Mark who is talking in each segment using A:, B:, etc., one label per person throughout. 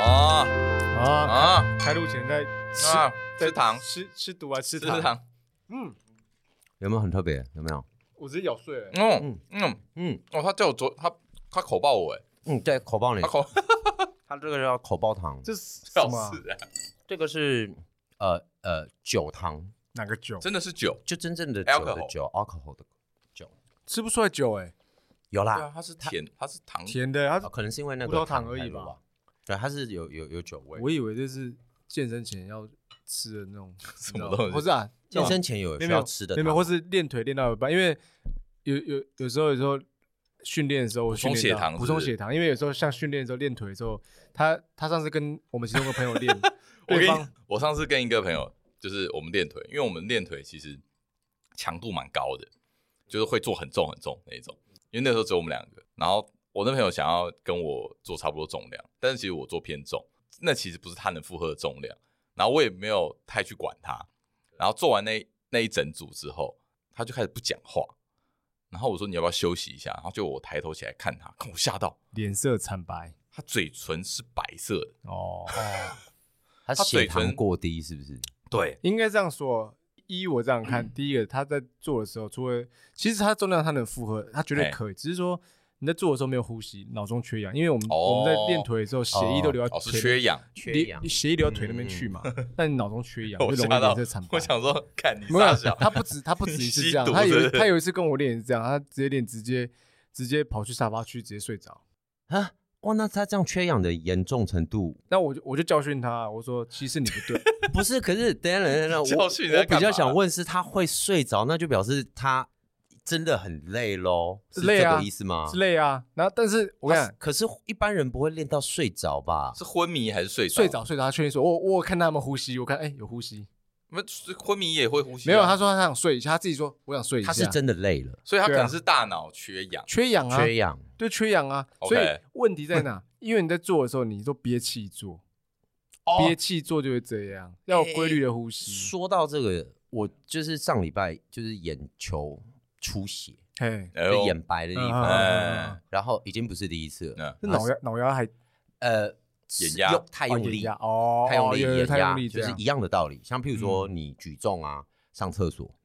A: 哦
B: 啊开录前在吃
A: 啊，
B: 在
A: 吃糖，
B: 吃吃毒啊，吃
A: 吃
B: 糖。
A: 糖，
B: 嗯，
C: 有没有很特别？有没有？
B: 我直接咬碎了。
A: 嗯嗯，
C: 嗯
A: 哦，他叫我昨他他口爆我哎，
C: 嗯，对，口爆你
A: 他，口
C: 它这个叫口爆糖，
B: 这是什
A: 笑
B: 么啊？
A: 死哎，
C: 这个是呃呃酒糖，
B: 哪个酒？
A: 真的是酒，
C: 就真正的酒
A: Alcohol
C: 的酒，alcohol 的酒，
B: 吃不出来酒哎，
C: 有
A: 对啊
C: 啦，，
A: 它是甜，它是糖，
B: 甜的。它
C: 呃可能是因为那个
B: 葡萄糖而已
C: 太多
B: 吧
C: 吧。对，它是有有有酒味。
B: 我以为这是健身前要吃的那种
A: 什么
B: 你知道吗
A: 东西
B: 不是啊，
C: 健身前有
B: 没有
C: 需要吃的
B: 没有
C: 糖，
B: 没有，或是练腿练到一半，因为有有有时候有时候训练的时候我训
A: 充
B: 练
A: 血
B: 到
A: 糖是
B: 补
A: 不
B: 充
A: 是，
B: 血糖，因为有时候像训练的时候练腿的时候，他他上次跟我们其中一个朋友练
A: 我跟
B: 对
A: 你
B: 方，
A: 我上次跟一个朋友，就是我们练腿，因为我们练腿其实强度蛮高的，就是会做很重很重那一种。因为那时候只有我们两个，然后我那朋友想要跟我做差不多重量，但是其实我做偏重，那其实不是他能负荷的重量，然后我也没有太去管他。然后做完那那一整组之后，他就开始不讲话，然后我说你要不要休息一下？然后就我抬头起来看他，看我吓到，
B: 脸色惨白
A: 他嘴唇是白色的，
B: 哦，
C: 它
A: 它嘴
C: 血糖
A: 唇
C: 过低是不是？
A: 对，
B: 应该这样说。依我这样
A: 嗯
B: 看，第一个他在做的时候，除了其实他重量他能负荷，他绝对
A: 哎
B: 可以，只是说你在做的时候没有呼吸，脑中缺氧，因为我们、
A: 哦
B: 我们在练腿的时候，血液都流到
A: 哦
B: 腿
A: 是缺氧。嗯
C: 缺氧
B: 你血液流到腿那边去嘛， 那你脑中缺氧，
A: 我
B: 就容
A: 吓
B: 易
A: 到
B: 脸色惨白。，
A: 我想说，看你
B: 没有啊
A: 傻 笑，，
B: 他不止他不止一次这样，
A: 吸毒
B: 他有
A: 是
B: 一
A: 不是
B: 他有一次跟我练也是这样，他直接练直接直接跑去沙发区直接睡着。
C: 啊！哇，那它这样缺氧的严重程度
B: 那我就我就教训他，啊我说其实你不对，
C: 不是？可是等一下等一下等一下，我
A: 教训人家
C: 我比
A: 干
C: 较
A: 嘛
C: 想问是，他会睡着，那就表示他真的很累喽，是
B: 累
C: 这
B: 啊
C: 个意思吗？
B: 之类啊。然后但是我跟你
C: 啊
B: 讲，
C: 可是一般人不会练到睡着吧？
A: 是昏迷还是睡
C: 哦
B: 睡？着睡着，他确定说，我我有看他们呼吸，我看哎、有呼吸，
A: 没是昏迷也会呼吸
B: 没
A: 啊，
B: 有？他说他想睡一下，他自己说我想睡一下，
C: 他是真的累了，
A: 所以他可
B: 对啊
A: 能是大脑缺氧。
B: 缺氧啊，
C: 缺氧。
B: 对缺氧啊。
A: OK
B: 所以问题 在哪？因为你在做的时候，你都憋气做，
C: 哦
B: 憋气做就会这样，要有规律的呼吸。
C: 说到这个，我就是上礼拜就是眼球出血，
B: 嘿，
A: 哎
C: 就
A: 呦，
C: 眼白的地
B: 嗯
C: 方，
A: 哎，
C: 然后已经不是第一次了，
A: 嗯
B: 那脑压脑压还
C: 呃，是
A: 眼压
C: 用啊太用
B: 哦眼
C: 力
B: 压，哦，
C: 太用
B: 哦
C: 力，
B: 有有
C: 眼
B: 太用
C: 压
B: 力这
C: 就
B: 样，
C: 是一样的道理。像譬如说你举重啊，上厕所，
B: 嗯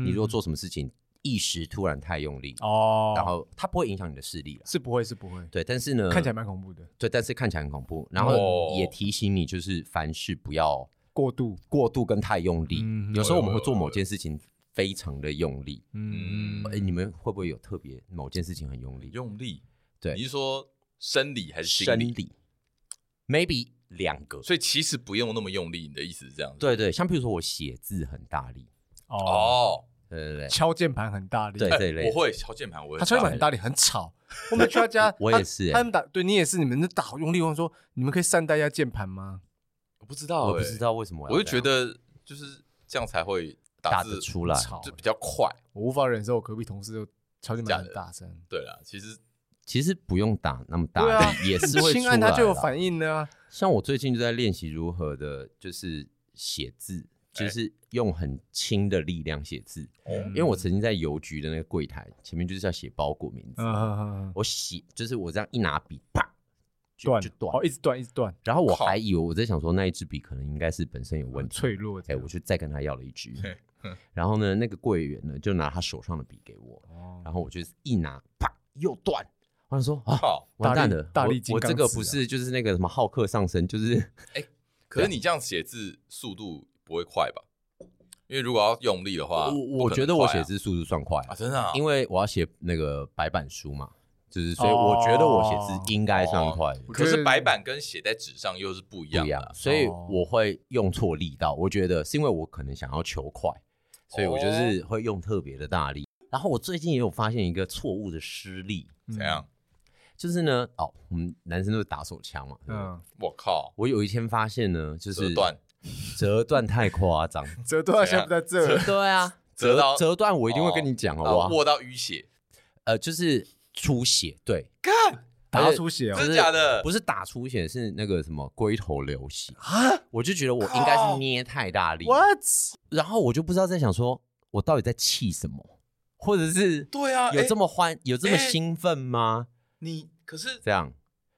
B: 嗯嗯，
C: 你如果做什么事情一时突然太用力，
B: 哦，
C: 然后它不会影响你的视力了。
B: 是不会是不会，
C: 对，嗯但是呢，
B: 看起来蛮恐怖的，
C: 对，但是看起来很恐怖。然
A: 哦
C: 后也提醒你，就是凡事不要
B: 过度，
C: 过度跟太用力。
B: 嗯
C: 有时候我们会做某件事情非常的用力，
B: 嗯，
C: 哎，你们会不会有特别某件事情很用力？
A: 用力。
C: 对
A: 你是说生理还是心
C: 生
A: 理？
C: 理，maybe 两个。
A: 所以其实不用那么用力，你的意思是这样子？
C: 对对，像譬如说我写字很大力，
B: 哦，
A: 哦，
C: 对对对，
B: 敲键盘很大力，
C: 对这一类
A: 我会敲键盘，我会
B: 他敲键盘很
A: 打
B: 大力，很 吵。我们去他家，
C: 我
B: 他
C: 也是欸
B: 他们打，对你也是，你们那打好用力，我说你们可以善待一下键盘吗？
A: 我不知道，
C: 我
A: 哎
C: 不知，道为什么要
A: 我就
C: 这
A: 觉
C: 样
A: 得就是这样才会
C: 打
A: 字
C: 得出来。
B: 吵
A: 就，比较快。
B: 我无法忍受，我隔壁同事就敲键
A: 假
B: 盘
A: 的
B: 很大声，
A: 对啦，其实
C: 其实不用打那么大
B: 对啊
C: 力，也 是会
B: 轻
C: 出
B: 按
C: 来
B: 他就有
C: 啦
B: 反应了啊。
C: 像我最近就在练习如何的，就是写字，
A: 哎
C: 就是用很轻的力量写字。
B: 哦
A: 嗯
C: 因为我曾经在邮局的那个柜台前面，就是要写包裹名字，
B: 嗯嗯嗯嗯，
C: 我写就是我这样一拿笔，啪就
B: 断
C: 就断
B: 哦，一直断，一直断，
C: 然后我
A: 靠
C: 还以为我在想说那一支笔可能应该是本身有问
B: 很
C: 题，
B: 脆弱这
C: 哎、
B: 样。
C: 我就再跟他要了一支
A: 嘿哼。
C: 然后呢，那个柜员呢就拿他手上的笔给我，
B: 哦
C: 然后我就一拿，啪又断。我想说啊，
B: 嗯
A: 靠，
C: 完蛋了，
B: 大力大力
C: 我
B: 金
C: 我
B: 刚
C: 这个
B: 指
C: 不
B: 啊
C: 是就是那个什么好客上身，就是
A: 可是你这样写字速度不会快吧？因为如果要用力的话，
C: 我我
A: 不可能
C: 觉得我
A: 快
C: 写
A: 啊
C: 字速度算快
A: 啊，真的啊，
C: 因为我要写那个白板书嘛，就是所以
B: 哦
C: 我觉得我写字应该算快，
B: 我
A: 可
B: 觉
A: 是
B: 得
A: 白板跟写在纸上又是不一
C: 不
A: 样
C: 一
A: 的
C: 样哦
A: 啊，，
C: 所以我会用错力道。我觉得是因为我可能想要求快，所以我就是会用特别的大力。然后我最近也有发现一个错误的失力，
B: 嗯
A: 怎样？
C: 就是呢，哦，我们男生都是打手枪嘛，嗯，
B: 嗯，
A: 我靠，
C: 我有一天发现呢，就是
A: 折断，
C: 折断太 夸张，
B: 折断现在不在这了，
C: 对啊，
A: 折到哦
C: 折折断我一定会跟你讲，好啊
A: 然
C: 不
A: 后
C: 好？
A: 握到淤血，
C: 呃，就是出血，对，
B: 打到出血哦
C: 不
A: 真
C: 是
A: 的假的？
C: 不是打出血，是那个什么龟头流血我就觉得我应该
A: 哦
C: 是捏太大力，
B: 啊，what？
C: 然后我就不知道在想说，我到底在气什么，或者是
A: 对啊，
C: 有
A: 诶
C: 这么欢，有这么
A: 哎
C: 兴奋吗？
A: 你可是
C: 这样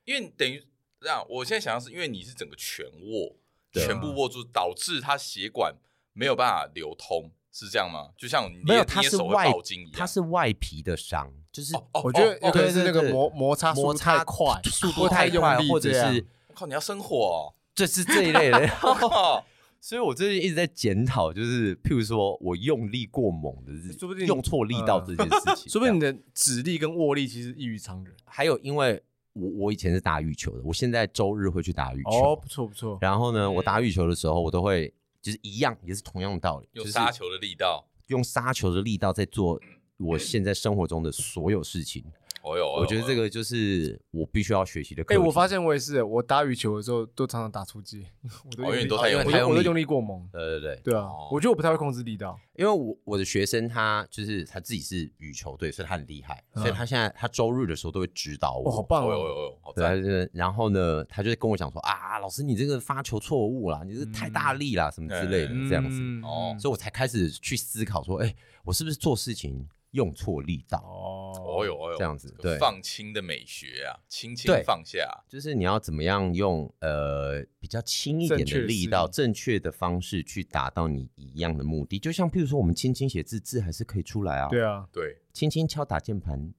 A: 因为你等于这样，我现在想要是因为你是整个全握，
C: 对啊
A: 全部握住，导致他血管没有办法流通，是这样吗？就像你
C: 没有，
A: 的
C: 它
A: 你的
C: 是
A: 手会
C: 外
A: 爆筋一样，
C: 它是外皮的伤，就是
A: 哦哦
B: 我觉得有可能是那
C: 对对
B: 个
C: 对
B: 摩摩擦速
C: 摩
B: 度太
C: 擦
B: 快，
C: 速
B: 或
C: 度
B: 太
C: 太
B: 用
C: 快，
B: 力
C: 或者
B: 这样
C: 是
A: 我靠，你要生火
C: 这是这一类 的。
A: 哦，
C: 所以我最近一直在检讨，就是譬如说我用力过猛的事，
B: 说不定嗯
C: 用错力道这件事 情，
B: 说不定
C: 这样
B: 你的指力跟握力其实异于常人。
C: 还有因为我我以前是打羽球的，我现在周日会去打羽球。
B: 哦，不嗯错不错，
C: 然后呢，我打羽球的时候，我都会就是一样，也是同样的道理，就
A: 用
C: 是
A: 杀球的力道，
C: 用杀球的力道在做我现在生活中的所有事情。
A: 哦哟，
C: 我觉得这个就是我必须要学习的课
B: 哎，
C: 题。
B: 我发现我也是，我打羽球的时候都常常打出界，我
A: 哦因为你都
B: 我
A: 太用
B: 我
A: 力
C: 太
B: 都
C: 用
B: 我都
C: 力
B: 用力过猛。
C: 对对对，
B: 对啊
A: 哦，
B: 我觉得我不太会控制力道。
C: 因为我我的学生他就是他自己是羽球队，所以他很厉害，
B: 嗯
C: 所以他现在他周日的时候都会指导
B: 哇，好
C: 我。
B: 棒
A: 哦哟
B: 哦！
A: 哦哟，好
C: 对，他
A: 赞，
C: 就是然后呢，他就跟我讲说啊，老师你这个发球错误啊啦，你这太大力啦，什么之类的
A: 嗯
C: 这样子，
B: 嗯
A: 哦
C: 所以我才开始去思考说，哎，我是不是做事情用错力道？
B: 哦，
A: 哦哟哦哟，
C: 这样子
A: 个
C: 对
A: 放轻的美学啊，轻轻
C: 对
A: 放下，
C: 就是你要怎么样用呃比较轻一点
B: 正确
C: 的
B: 的
C: 力
B: 思
C: 道，
B: 路
C: 正确的方式去达到你一样的目的。就像譬如说，我们轻轻写字，字还是可以出来啊。
B: 对啊，
A: 对，
C: 轻轻敲打键盘，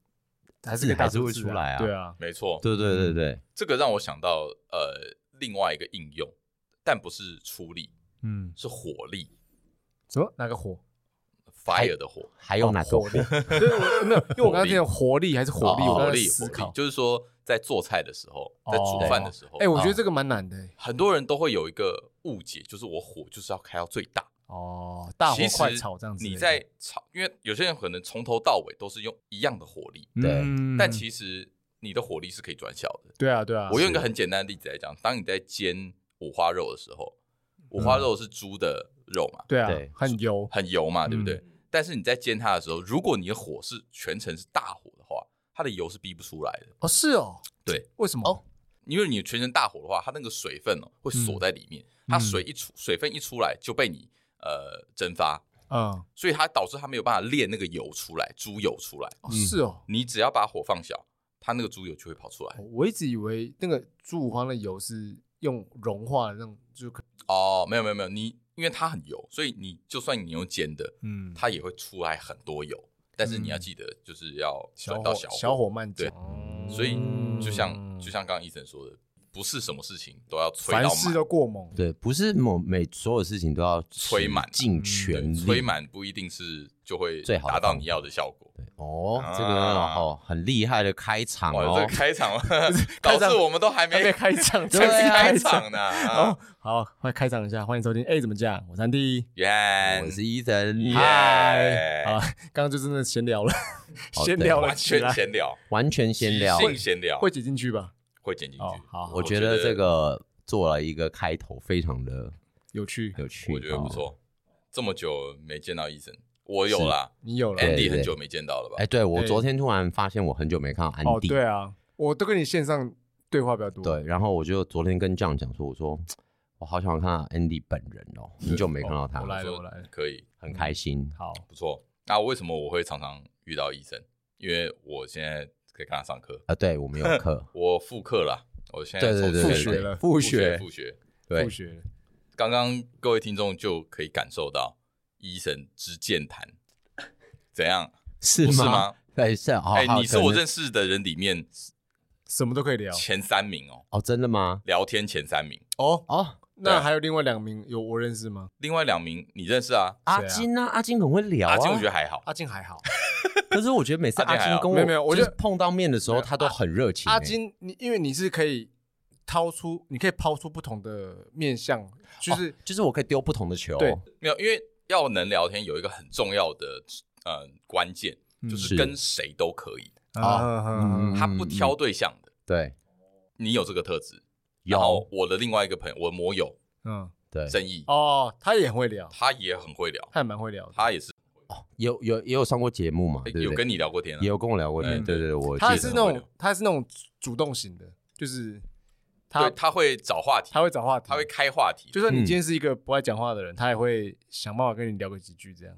B: 还是
C: 字
B: 可以打
C: 还是会
B: 字
C: 出来啊
B: 对啊，
A: 没错，
C: 对对对对，
A: 这个让我想到呃另外一个应用，但不是出力，
B: 嗯，
A: 是火力
B: 什么哪个火？
A: ，fire 的火，
C: 还有哪个
B: 火力？对，我没有，因为我刚刚听的活力还是火力，
C: 哦
B: 我刚
A: 火
B: 刚在
A: 力，火
B: 思
A: 力
B: 考，。
A: 就是说在做菜的时候，在煮
B: 哦
A: 饭的时候，
B: 哎，我觉得
A: 啊
B: 这个蛮难的欸。
A: 很多人都会有一个误解，就是我火就是要开到最大，
B: 哦，大火
A: 其
B: 快
A: 实
B: 炒这样子。
A: 你在炒，因为有些人可能从头到尾都是用一样的火力，
C: 对
B: 嗯
A: 但其实你的火力是可以转小的。
B: 对啊对啊，
A: 我用一个很简单的例子来讲，当你在煎五花肉的时候，
B: 嗯
A: 五花肉是猪的肉嘛，
B: 对啊
C: 对，
B: 很油，
A: 很油嘛，对不对？
B: 嗯
A: 但是你在煎它的时候，如果你的火是全程是大火的话，它的油是逼不出来的，
B: 哦是哦，
A: 对，
B: 为什么？
C: 哦
A: 因为你全程大火的话，它那个水分哦会
B: 嗯
A: 锁在里面，它水一出水分一出来就被你呃蒸发，
B: 嗯，
A: 所以它导致它没有办法炼那个油出来，猪油出来。
B: 哦是哦，
A: 你只要把火放小，它那个猪油就会跑出来。
B: 我一直以为那个猪五花的油是用融化的那种，就可
A: 哦，没有没有没有，你因为它很油，所以你就算你用煎的，
B: 嗯，
A: 它也会出来很多油。但是你要
B: 嗯
A: 记得，就是要
B: 小
A: 转
B: 火
A: 到小
B: 小火慢
A: 对
B: 煎，哦
A: 所以就像就像刚刚医生说的，不是什么事情都要吹
B: 凡
A: 到
B: 事
A: 满，
B: 都过猛，
C: 对，不是某每所有事情都要
A: 吹满啊
C: 使尽
B: 嗯
C: 全
A: 对，
C: 力，
A: 吹满不一定是就会
C: 最好的
A: 达到
C: 方
A: 你要的效果。
C: 对。哦，
A: 啊
C: 这个哦很厉害的开场
A: 哇，
C: 哦
A: 这个，开场导
B: 开
A: 致
B: 场
A: 我们都
B: 还
A: 还没
B: 没开 场，
A: 才
C: 对
A: 是
C: 啊
A: 哎开场呢。
B: 哦
A: 啊，
B: 好，快开场一下，欢迎收听。哎，怎么讲？我是安迪。
A: 耶
C: 我，是伊森，
A: 耶
B: 好，刚刚就真的闲聊了，
C: 哦
B: 闲聊了
A: 完
B: 起
A: 全
B: 来，
A: 闲聊，
C: 完全闲聊
A: 即。兴闲聊
B: 会挤进去吧？
A: 会剪进去
B: 哦，。好，
C: 我觉得这个做了一个开头，非常的
B: 有趣，
C: 有趣，
A: 我觉得不
C: 哦。
A: 错。这么久没见到医生，我有啦
B: 你有了。哦
C: 对
A: ，Andy
C: 对
A: 很久没见到了吧？
C: 哎，对我
B: 对
C: 昨天突然发现，我很久没看到安
B: 哦，
C: 迪，
B: 对啊，我都跟你线上对话比较多。
C: 对，然后我就昨天跟这样讲说，我说我好想看到 Andy 本人哦，很久没看到他
B: 我
C: 了，
B: 来了，
A: 说
B: 我来了。
A: 可以，
C: 很开心。
B: 好，
A: 不错。那为什么我会常常遇到医生？因为我现在在跟他上课，，
C: 啊，对我们有课
A: 我复课啦，我现在
C: 对对对，
B: 复
C: 对
A: 从
B: 学了
A: 哎
C: 复
A: 复学
C: 学，
A: 复学。
C: 对
B: 复，学了
A: 刚刚各位听众就可以感受到医生之健谈，怎样？
C: 是
A: 哦不是
C: 吗
A: 吗？
C: 对，是哦，
A: 哎，
C: 好
A: 你是我
C: 可能
A: 认识的人里面
B: 什么都可以聊。
A: 前三名哦，
C: 哦，真的吗？
A: 聊天前三名。
B: 哦，
C: 哦，
A: 啊
B: 那还有另外两名有我认识吗？
A: 另外两名你认识啊？
C: 阿金啊，阿金很会聊啊，
A: 阿金我觉得还好，
B: 阿金还好，
C: 可是我觉得每次
A: 阿金
C: 阿
A: 还
C: 金
A: 好
C: 跟
B: 没有没有我
C: 就
B: 觉
C: 是
B: 得
C: 碰到面的时候，他都很热情欸。
B: 阿金你因为你是可以掏出，你可以抛出不同的面向，就是
C: 就是我可以丢不同的球，
B: 对
A: 没有，因为要能聊天有一个很重要的呃关键，
B: 嗯
A: 就是
C: 是
A: 跟谁都可以，
B: 啊嗯
C: 嗯
A: 他不挑对象的。
C: 对
A: 你有这个特质，
C: 有
A: 然后我的另外一个朋友，我的摩友
B: 嗯
C: 对，
A: 正义，
B: 哦，他也很会聊，
A: 他也很会聊，
B: 他也蛮会聊的。
A: 他也是
C: 有有也有上过节目嘛，对
A: 有
C: 不对？
A: 跟你聊过天啊
C: 也。有跟我聊过天，
A: 嗯
C: 对对对，我
B: 他
C: 记
B: 是
C: 得
B: 那种他是那种主动型的，就是他
A: 对，他会找话题，
B: 他会找话题，
A: 他会开话题，
B: 就算你今天是一个不爱讲话的人，他也会想办法跟你聊个几句这样。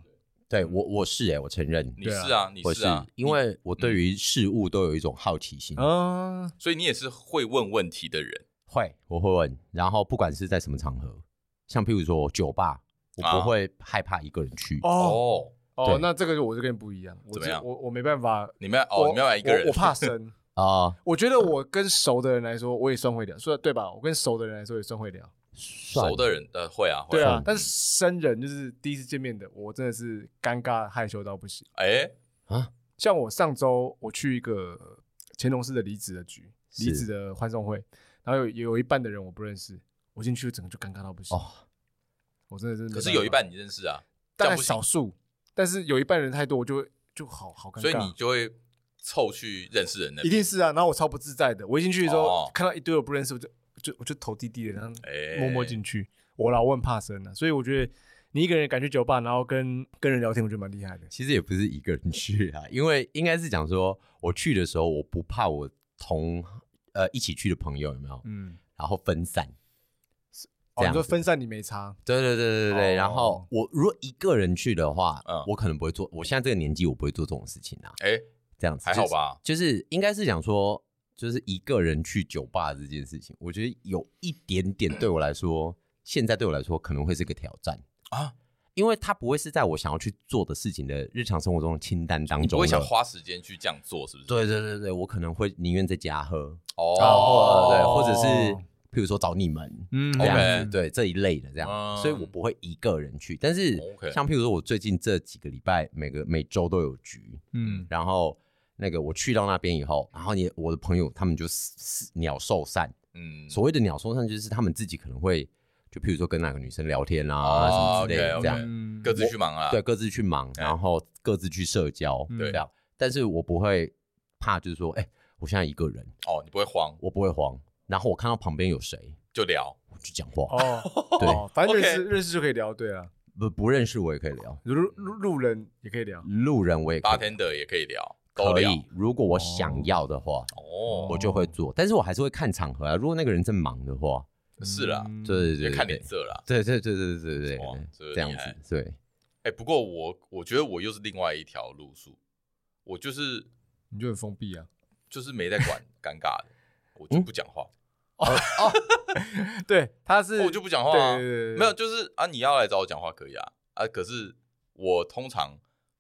C: 对我我是哎，我承认
A: 你是啊，你嗯
C: 我
A: 是啊，
C: 因为我对于事物都有一种好奇心，
B: 啊，
A: 所以你也是会问问题的人。
C: 会我会问，然后不管是在什么场合，像譬如说酒吧，我
A: 啊
C: 不会害怕一个人去。
B: 哦
A: 哦，
B: 哦
C: 对，
B: 那这个就我就跟你不一样，我
A: 怎么
B: 这
A: 样
B: 我我没办法，
A: 你们要哦，
B: 我
A: 你们要来一个人，
B: 我我怕生。
C: 啊，
B: 我觉得我跟熟的人来说，我也算会聊，说对吧？我跟熟的人来说也算会聊，
C: 熟
A: 熟的人呃会啊，会
B: 对啊。但是生人就是第一次见面的，我真的是尴尬害羞到不行。
A: 哎，
C: 啊，
B: 像我上周我去一个乾隆市的离职的局，
C: 是
B: 离职的欢送会，然后有有一半的人我不认识，我进去整个就尴尬到不行。
C: 哦，
B: 我真的是没办法，
A: 可是有一半你认识啊，这
B: 大
A: 样
B: 概
A: 不行
B: 少数，但是有一半人太多，我就会就好好尴尬。
A: 所以你就会凑去认识人那
B: 一
A: 边。
B: 定是啊，然后我超不自在的，我一进去的时候、
A: 哦
B: 看到一堆我不认识，我就就我就头低低的，然后
A: 哎
B: 默默进去。我老我很怕生的、啊所以我觉得你一个人敢去酒吧，然后跟跟人聊天，我觉得蛮厉害的。
C: 其实也不是一个人去啊，因为应该是讲说，我去的时候我不怕我同呃一起去的朋友有没有，
B: 嗯，
C: 然后分散。
B: 哦，
C: 这
B: 你
C: 样
B: 说
C: 子
B: 分散你没差，
C: 对对对对对，
B: 哦
C: 然后我如果一个人去的话，
A: 嗯
C: 我可能不会做。我现在这个年纪，我不会做这种事情啊。
A: 哎，
C: 这样子
A: 还好？吧？
C: 就是就是应该是讲说，就是一个人去酒吧这件事情，我觉得有一点点对我来说，现在对我来说可能会是个挑战
A: 啊
C: 啊，因为它不会是在我想要去做的事情的日常生活中的清单当
A: 你不
C: 中了。
A: 会想花时间去这样做，是不是？
C: 对对对对，我可能会宁愿在家喝，
B: 啊
A: 哦，
C: 对，或者是譬如说找你们，
B: 嗯
C: 这样子
A: OK
C: 对这一类的这样，
A: 嗯哦
C: 所以我不会一个人去。但是
A: OK
C: 像譬如说，我最近这几个礼拜，每个每周都有局，
B: 嗯，
C: 然后那个我去到那边以后，然后你我的朋友他们就四四鸟兽散。
A: 嗯，
C: 所谓的鸟兽散，就是他们自己可能会就譬如说跟哪个女生聊天啊、
A: 哦
C: 什么之类的
A: OK，OK
C: 这样，
B: 嗯
A: 各自去忙啊。
C: 对，，各自去忙，
A: 哎
C: 然后各自去社交，
B: 嗯
C: 这样。但是我不会怕，就是说，哎、我现在一个人，
A: 哦，你不会慌
C: 我不会慌。然后我看到旁边有谁，
A: 就聊。
C: 我就讲话。
B: 哦，
C: 对，
B: 哦反正认识
A: OK
B: 认识就可以聊，对啊，
C: 不不认识我也可以聊，
B: 路路路人也可以聊，
C: 路人我也可以
A: bartender 也可以聊，都
C: 可
A: 聊
C: 以。如果我想要的话，
A: 哦
C: 我就会做，但是我还是会看场合啊。如果那个人正忙的话，
A: 是啦，
B: 嗯
C: 对对
A: 也
C: 对，
A: 看脸色啦。
C: 对。对对对对对对
A: 哇
C: 对
A: 这个
C: 这样
A: 厉害
C: 子对。
A: 哎，不过我我觉得我又是另外一条路数，我就是
B: 你就很封闭啊。
A: 就是没在管尴尬的，我就不讲话，哦
B: 对，他是
A: 我就不讲话啊，
B: 对对对对
A: 没有就是啊，你要来找我讲话可以啊啊，可是我通常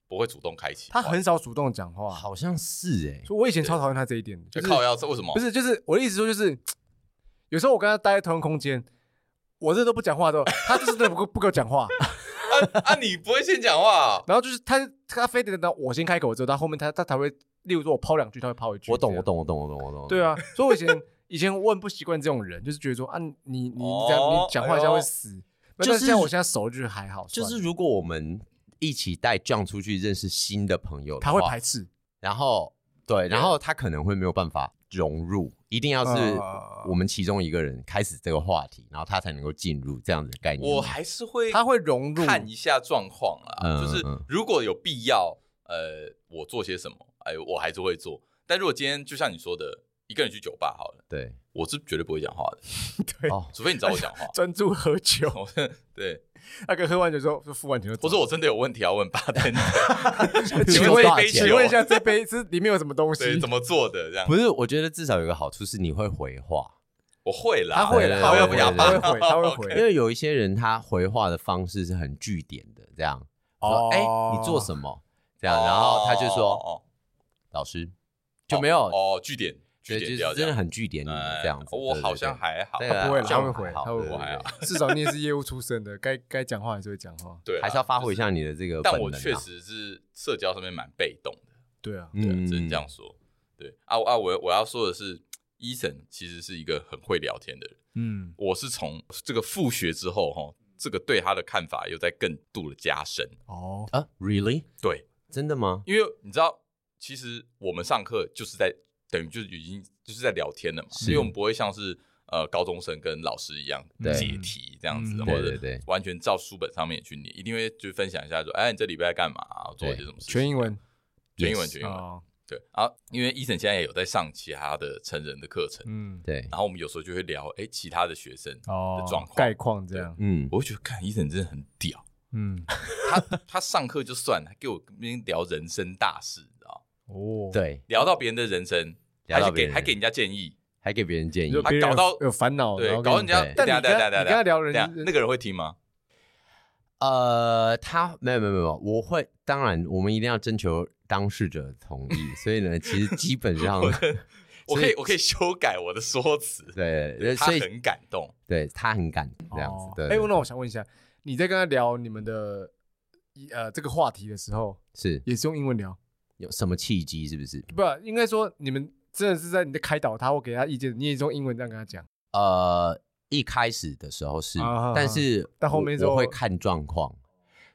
A: 不会主动开启，
B: 他很少主动讲话，
C: 好像是哎、
B: 所以我以前超讨厌他这一点的，
A: 就
B: 就是
A: 靠腰，这为什么？
B: 不是，就是我的意思说，就是有时候我跟他待在同一个空间，我这都不讲话的时候，他就是真的不不跟我讲话，
A: 啊啊，你不会先讲话 啊，
B: 然后就是他他非得等到我先开口之后，他后面他他才会，例如说我抛两句，他会抛一句。
C: 我懂
B: 这
C: 我
B: 样。
C: 懂我懂我懂我懂。
B: 对，啊，所以我以前以前我很不习惯这种人，就是觉得说啊，你你你这样
A: 哦
B: 你讲话一下
A: 哎呦
B: 会死。那
C: 就是
B: 但像我现在熟了就是还好，
C: 就是
B: 算了
C: 如果我们一起带 John 出去认识新的朋友的
B: 他
C: 话
B: 会排斥，
C: 然后对，然后他可能会没有办法融入，一定要是
B: 啊
C: 我们其中一个人开始这个话题，然后他才能够进入这样子的概念里。
A: 我还是会
B: 他会融入。。
A: 看一下状况啦，
C: 嗯
A: 就是
C: 嗯
A: 如果有必要，呃，我做些什么，哎，我还是会做。但如果今天就像你说的，一个人去酒吧好了，
C: 对
A: 我是绝对不会讲话的，
C: 哦，
A: 除非你找我讲 话
B: 专注喝酒，
A: 我是对，
B: 那个喝完酒之后就付完钱就走。
A: 或者我真的有问题要问八天，
B: 请
A: 请问
B: 问
A: 一杯酒
B: 请问一下这杯是里面有什么东
A: 对，
B: 西
A: 怎？么做的这样？
C: 不是，我觉得至少有一个好处是你会回话，
A: 我会啦，
B: 他会
C: 啦
A: 我
B: 他
A: 要
B: 会
A: 不哑巴，
B: 他会回他会
A: OK
B: 回
C: 因为有一些人他回话的方式是很据点的，这样说哎、你做什么这样，然后他就说、
A: 哦
C: 老师就没有，
A: 哦，据点，据
C: 对，
A: 点
C: 就
A: 不要
C: 是
A: 这
C: 真的
A: 样
C: 很据点你
A: 哎
C: 的这样子。
A: 我
C: 对
A: 好像。还好
C: 对，啊对对
B: 他不会啦，
C: 这样
B: 他会回，
C: 好
B: 他会
C: 对
B: 回
A: 我还好。
B: 至少你也是业务出身的，该该讲话还是会讲话。
A: 对啦，
C: 还是要发挥一
A: 就是。
C: 下你的这个本
A: 但
C: 能啊、
A: 我确实是社交上面蛮被动的。
B: 对啊，
A: 对啊，
C: 嗯，
A: 只能这样说。对啊我啊，我我要说的是，伊森其实是一个很会聊天的人。
B: 嗯，
A: 我是从这个复学之后，哈，这个对他的看法又在更度的加深。
B: 哦，
C: 啊，really
A: 对，
C: 真的吗？
A: 因为你知道，其实我们上课就是在等于就是已经就是在聊天了嘛，因为我们不会像是呃高中生跟老师一样
C: 对
A: 解题这样子，
B: 嗯
A: 或
C: 对对
A: 者
C: 对
A: 完全照书本上面去念，一定会就分享一下说，哎，你这礼拜干嘛、啊，做了些什么事情？
B: 全英文
A: 全英文，
C: Yes
A: 全英文。
B: 哦，
A: 对啊，因为伊森现在也有在上其他的成人的课程，
B: 嗯，
C: 对，
A: 然后我们有时候就会聊，哎，其他的学生，
B: 哦
A: 的状况
B: 概况这样，
C: 嗯，
A: 我会觉得，看医生真的很屌，
B: 嗯，
A: 他上课就算，了，还给我跟别人聊人生大事，你知道吗
B: 哦，
C: 对，
A: 聊到别人的人生，
C: 聊
A: 还
C: 到
A: 是
C: 别
A: 给
C: 人
A: 还给人家建议，
C: 还给别人建议
B: 你说。
A: 他
B: 别人
A: 搞到
B: 有有烦恼，哦然
A: 对，
B: 后
A: 搞
B: 跟
A: 人
B: 你
A: 家，
C: 对
A: 等一下
B: 但你跟他
A: 等一下
B: 你跟他聊
A: 等一
B: 人
A: 下等一下那个人会听吗？
C: 呃，他没有没有没有，我会当然我们一定要征求当事者的同意，所以呢，其实基本上
A: 我可以我可以修改我的说辞，
C: 对，
A: 对
C: 对
A: 他
C: 所以
A: 很感动。
C: 对他很敢这样子
B: 哦。
C: 对，
B: 哎，
C: 对
B: 那我想问一下，你在跟他聊你们的呃这个话题的时候，
C: 是
B: 也是用英文聊？
C: 有什么契机？是不是？
B: 不，应该说你们真的是在你在开导他或给他意见，你也是用英文这样跟他讲。
C: 呃，一开始的时候是
B: 啊啊啊，
C: 但是
B: 但后
C: 我
B: 面之后
C: 我会看状况，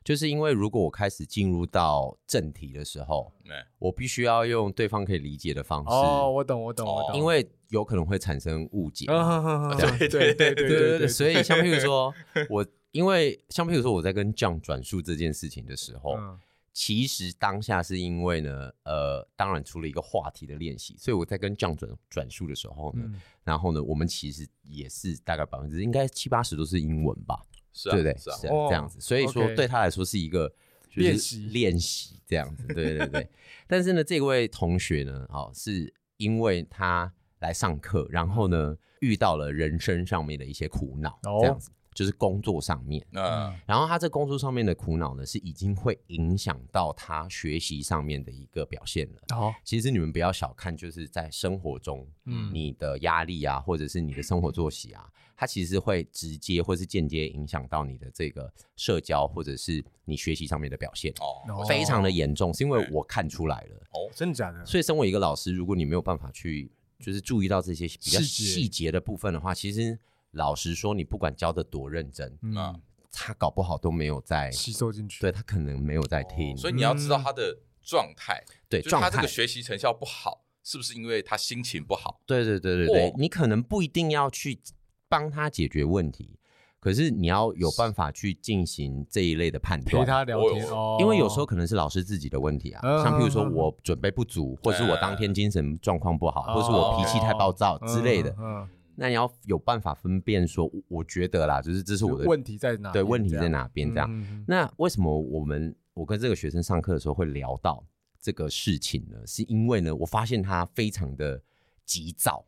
C: 就是因为如果我开始进入到正题的时候，
A: 对，
C: 我必须要用对方可以理解的方
B: 哦，
C: 式，
B: 我懂，我懂，我懂。
C: 因为有可能会产生误解。
B: 啊哈哈哈
A: 对
B: 对对对
C: 对对对，所以像譬 如说，我因为像譬如说我在跟 John 转述这件事情的时候，
B: 嗯
C: 其实当下是因为呢，呃，当然出了一个话题的练习，所以我在跟 John 转转述的时候呢，
B: 嗯
C: 然后呢，我们其实也是大概百分之应该七八十都是英文吧，
A: 是啊，
C: 对不对？
A: 是啊
C: 是，
B: 哦
C: 这样子，所以说
B: OK
C: 对他来说是一个就是
B: 练习
C: 练习这样子，对对对。但是呢，这位同学呢，哦，是因为他来上课，然后呢遇到了人生上面的一些苦恼，
B: 哦
C: 这样子就是工作上面。
B: 嗯
A: 那
C: 然后他这工作上面的苦恼呢，是已经会影响到他学习上面的一个表现了。
B: 好，
C: 其实你们不要小看，就是在生活中，
B: 嗯
C: 你的压力啊，或者是你的生活作息啊，它其实会直接或是间接影响到你的这个社交或者是你学习上面的表现，
A: 哦
B: 哦
C: 非常的严重，是因为我看出来了。
A: 哦，
B: 真的假的？
C: 所以，身为一个老师，如果你没有办法去就是注意到这些比较
B: 细节
C: 细节的部分的话，其实老实说，你不管教的多认真，
B: 嗯
A: 嗯，
C: 他搞不好都没有在，
B: 吸收进去。
C: 对他可能没有在听，
A: 哦所以你要知道他的状态，
C: 对
A: 就是
C: 状
A: 他这
C: 态
A: 个。学习成效不好，是不是因为他心情不好？
C: 对对对对对
A: 哦，
C: 你可能不一定要去帮他解决问题，可是你要有办法去进行这一类的判
B: 陪
C: 断。
B: 他聊天
A: 我有
B: 哦，
C: 因为有时候可能是老师自己的问题啊，
B: 嗯
C: 像譬如说
B: 嗯嗯嗯
C: 我准备不足，或者是我当天精神状况不好，或者是
B: 哦
C: 我脾气太暴躁之类的，
B: 嗯，
C: 那你要有办法分辨说，我我觉得啦，就是这是
B: 就
C: 我的
B: 问题在哪？
C: 对问题在？哪边这样。
B: 嗯，
C: 那为什么我们我跟这个学生上课的时候会聊到这个事情呢？是因为呢，我发现他非常的急躁，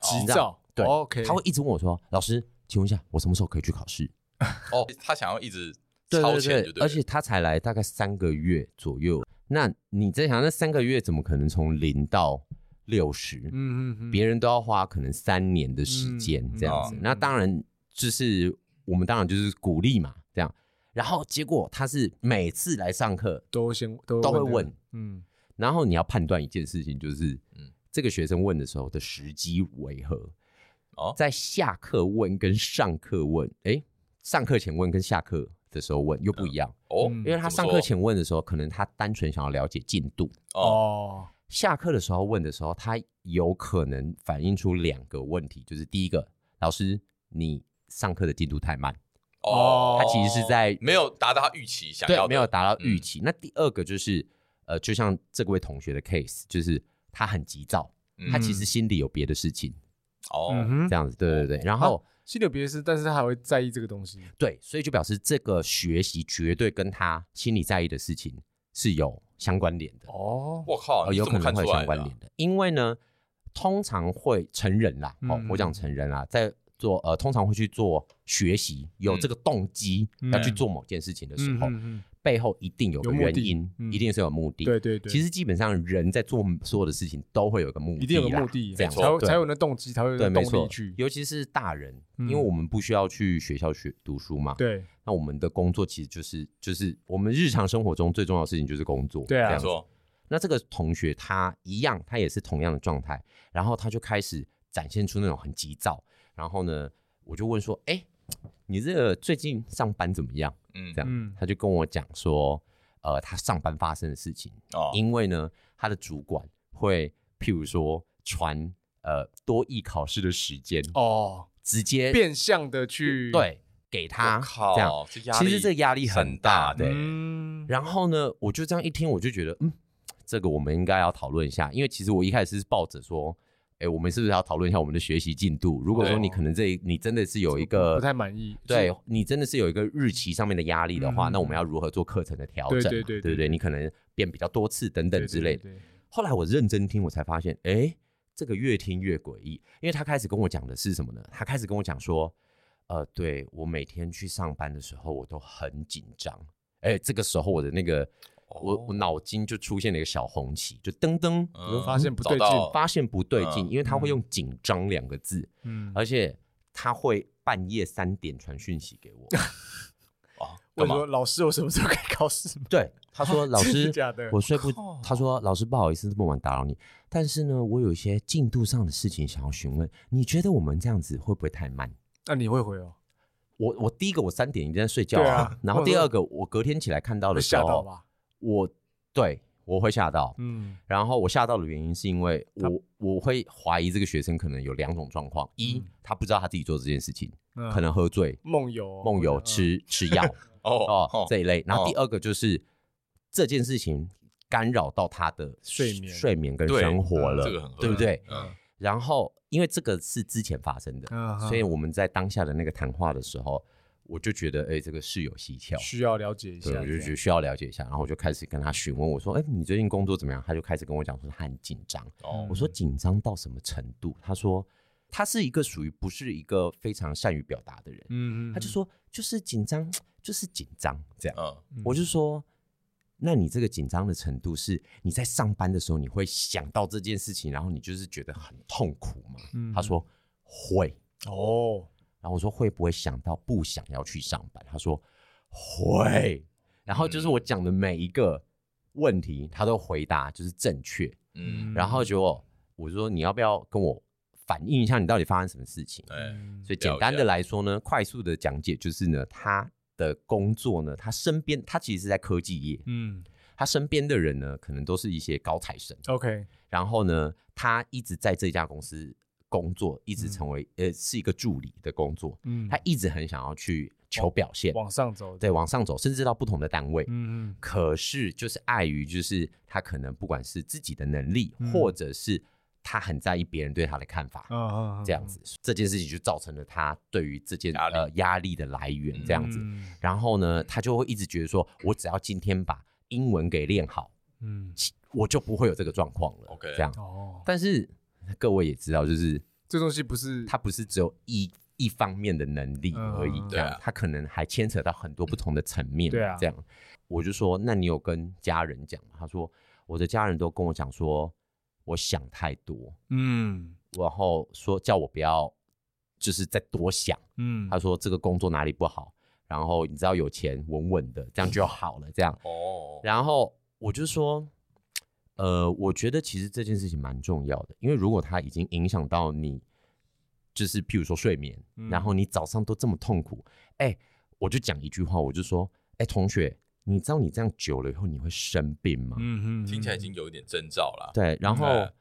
B: 急
C: 你知道
B: 躁
C: 哦对、
B: 哦
A: 哦
B: OK
C: 他会一直问我说：“老师，请问一下，我什么时候可以去考试
A: 哦，他想要一直？”
C: 对
A: 超前，
C: 对
A: 就
C: 对，而且他才来大概三个月左右。那你在想，那三个月怎么可能从零到六十、
B: 嗯嗯嗯，
C: 别人都要花可能三年的时间
B: 嗯
C: 这样子。
B: 嗯
C: 那当然就是我们当然就是鼓励嘛，这样。然后结果他是每次来上课
B: 都先都
C: 都会
B: 那个
C: 问，
B: 嗯，
C: 然后你要判断一件事情，就是
A: 嗯
C: 这个学生问的时候的时机为何？
A: 哦
C: 在下课问跟上课问，诶，上课前问跟下课的时候问又不一样，
A: 哦，
B: 嗯
C: 因为他
A: 怎
C: 上
A: 么
C: 课
A: 说
C: 前问的时候，可能他单纯想要了解进度；
A: 哦，
B: 哦，
C: 下课的时候问的时候，他有可能反映出两个问题，就是第一个，老师你上课的进度太慢，
B: 哦
C: 他其实是在
A: 没有达到他预期想要
C: 对
A: 的，嗯
C: 没有达到预期。那第二个就是，呃，就像这位同学的 case，就是他很急躁。
A: 嗯
C: 他其实心里有别的事情，
A: 哦，
B: 嗯
C: 这
B: 哼，
C: 样子，对对对。然后
B: 心里有别的事，但是他还会在意这个东西，
C: 对，所以就表示这个学习绝对跟他心里在意的事情是有相关联的，
B: 哦，
A: 我靠，
C: 呃
A: 你
C: 有
A: 怎
C: 可
A: 么看
C: 能会
A: 出
C: 有
A: 来
C: 相
A: 的
C: 关
A: 啊？
C: 联的。因为呢，通常会成人啦，哦
B: 嗯，
C: 我讲成人啦，在做呃，通常会去做学习，有
A: 嗯
C: 这个动机
B: 嗯
C: 要去做某件事情的时候，
B: 嗯嗯嗯
C: 背后一定有个
B: 有目
C: 原
B: 的
C: 因，
B: 嗯
C: 一定是有目的。
B: 对对对，
C: 其实基本上人在做所有的事情都会有个目的啦，
B: 一定有个目的，
C: 这样
B: 才有
C: 对
B: 才有那动机，才会有
C: 对，
B: 那
C: 没
B: 动力
C: 错
B: 去，，
C: 尤其是大人，
B: 嗯
C: 因为我们不需要去学校学读书嘛。，
B: 对
C: 那我们的工作其实就是就是我们日常生活中最重要的事情就是工作。
B: 对啊
C: 这
A: 没
C: 样子
A: 错，
C: 那这个同学他一样，他也是同样的状态，然后他就开始展现出那种很急躁。然后呢，我就问说：“哎，你这个最近上班怎么样？”
A: 嗯
C: 这，样，
B: 嗯
C: 他就跟我讲说：“呃，他上班发生的事情。”
A: 哦，
C: 因为呢，他的主管会譬如说传呃多艺考试的时间，
B: 哦，
C: 直接
B: 变相的去，
C: 对给
A: 我
C: 他
A: 靠
C: 这样，
A: 这压
C: 其
A: 力
C: 实这个压力很大
A: 山大
C: 对。
B: 嗯，
C: 然后呢，我就这样一听，我就觉得嗯，这个我们应该要讨论一下，因为其实我一开始是抱着说。哎，我们是不是要讨论一下我们的学习进度？如果说
A: 对
C: 你可能这你真的是有一
B: 不
C: 个
B: 不太满意，
C: 对你真的是有一个日期上面的压力的话，
B: 嗯
C: 那我们要如何做课程的调整
B: 对
C: 嘛？
B: 对对对
C: 对不
B: 对
C: 对？你可能变比较多次等
B: 对
C: 等
B: 对
C: 之类的。
B: 对对
C: 后来我认真听，我才发现，哎，这个越听越诡异，因为他开始跟我讲的是什么呢？他开始跟我讲说，呃，对我每天去上班的时候，我都很紧张。哎、这个时候我的那个，我我脑筋就出现了一个小红旗，就噔噔，我就
A: 哦嗯
B: 发现不
A: 找
B: 对劲
A: 到
C: 发现不对劲，
A: 嗯
C: 因为他会用“紧张”两个字，
B: 嗯，
C: 而且他会半夜三点传讯息给我。
A: 哦，
B: 我
A: 干
B: 说
A: 嘛？
B: 老师，我什么时候可以考试吗？
C: 对，他说老
B: 真
C: 师
B: 的，假的？
C: 我睡不
A: 靠，
C: 他说老师不好意思这么晚打扰你，但是呢，我有一些进度上的事情想要询问，你觉得我们这样子会不会太慢？
B: 那你会回哦？
C: 我我第一个我三点已经在睡觉
B: 对
C: 了、
B: 啊
C: 然后
B: 我
C: 第
B: 说
C: 二个我隔天起来看到
B: 会
C: 的时
B: 吓到
C: 候，
B: 吧？
C: 我对我会吓到，
B: 嗯，
C: 然后我吓到的原因是因为
B: 他
C: 我我会怀疑这个学生可能有两种状况：一，他不知道他自己做这件事情，
B: 嗯
C: 可能喝醉、
B: 梦游，
C: 梦游、
B: 嗯，
C: 吃吃药
A: 哦
C: 哦这一类；然后
A: 哦
C: 第二个就是这件事情干扰到他的
B: 睡眠
C: 睡眠跟
A: 对
C: 生活
B: 嗯
C: 了，
A: 这个很合
C: 对不
A: 理
C: 对？
A: 嗯
C: 然后因为这个是之前发生的，
B: 嗯
C: 所以我们在当下的那个谈话的时候，我就觉得哎，这个事有蹊跷。
B: 需要了解一下
C: 对，
B: 这
C: 我
B: 样，
C: 就觉得需要了解一下，然后我就开始跟他询问，我说：“哎、你最近工作怎么样？”他就开始跟我讲说他很紧张，
A: 哦
B: 嗯
C: 我说紧张到什么程度？他说他是一个属于不是一个非常善于表达的人，
B: 嗯，嗯，
C: 他就说就是紧张，就是紧张这样。
A: 嗯，
C: 我就说，那你这个紧张的程度是你在上班的时候你会想到这件事情，然后你就是觉得很痛苦吗？
B: 嗯
C: 他说会。
B: 嗯哦，
C: 然后我说会不会想到不想要去上班？他说会。然后
A: 嗯
C: 就是我讲的每一个问题，他都回答就是正确。
A: 嗯，
C: 然后结果我说你要不要跟我反映一下你到底发生什么事情？
A: 哎，
B: 嗯
C: 所以简单的来说呢，快速的讲解就是呢，他的工作呢，他身边他其实是在科技业，
B: 嗯
C: 他身边的人呢，可能都是一些高材生，
B: ，OK，
C: 然后呢，他一直在这家公司工作，一直成为、呃是一个助理的工作，
B: 嗯，
C: 他一直很想要去求表现，
B: 往上走，，
C: 对，往上走，甚至到不同的单位。
B: 嗯嗯，
C: 可是就是碍于就是他可能不管是自己的能力，
B: 嗯
C: 或者是他很在意别人对他的看法，
B: 啊啊啊，
C: 这样子，这件事情就造成了他对于这件
A: 压力
C: 呃压力的来源这样子。
B: 嗯
C: 然后呢，他就会一直觉得说，我只要今天把英文给练好，
B: 嗯，
C: 我就不会有这个状况了。
A: OK
C: 这样。
B: 哦，
C: 但是各位也知道，就是
B: 这东西不是
C: 它不是只有一一方面的能力而已，
B: 嗯
C: 这
A: 对
C: 样、
A: 啊
C: 它可能还牵扯到很多不同的层面。
B: 对啊
C: 这样我就说，那你有跟家人讲吗？他说，我的家人都跟我讲说，我想太多，
B: 嗯
C: 然后说叫我不要，就是再多想。
B: 嗯，
C: 他说这个工作哪里不好，然后你只要有钱稳稳的，这样就好了，这样。
A: 哦，
C: 然后我就说，呃，我觉得其实这件事情蛮重要的，因为如果它已经影响到你，就是譬如说睡眠，然
B: 嗯
C: 后你早上都这么痛苦，哎，我就讲一句话，我就说，哎，同学，你知道你这样久了以后你会生病吗？
B: 嗯嗯，嗯
A: 听起来已经有一点征兆啦。
C: 对，然后
A: 对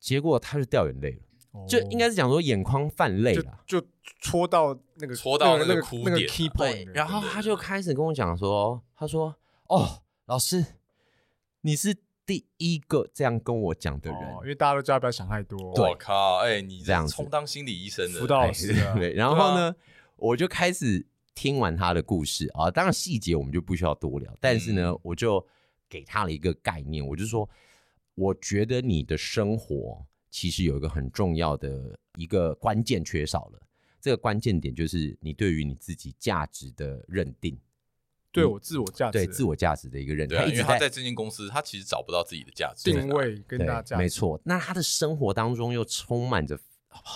C: 结果他就掉眼泪了，
B: 哦
C: 就应该是讲说眼眶泛泪
B: 就
C: 了。
B: 就戳到那个
A: 戳到
B: 那个
A: 那个哭
B: 那个
A: 点
B: key
A: 啊
B: point，
C: 然后他就开始跟我讲说，他说：“哦，老师，你是第一个这样跟我讲的人。
B: 哦因为大家都叫他不要想太多，
A: 我靠，哎，你
C: 这样子
A: 充当心理医生的
B: 辅导老师啊，
C: 哎对，然后呢，我就开始听完他的故事啊，当然细节我们就不需要多聊，但是
A: 嗯
C: 呢，我就给他了一个概念，我就说，我觉得你的生活其实有一个很重要的一个关键缺少了，这个关键点就是你对于你自己价值的认定，
B: 对我自我价值，
C: 对自我价值的一个认定，
A: 对啊，
C: 一
A: 因为
C: 直
A: 他在这间公司，他其实找不到自己的价值在
B: 定
A: 哪。
B: 位跟
C: 对
B: 大家
C: 没错。那他的生活当中又充满着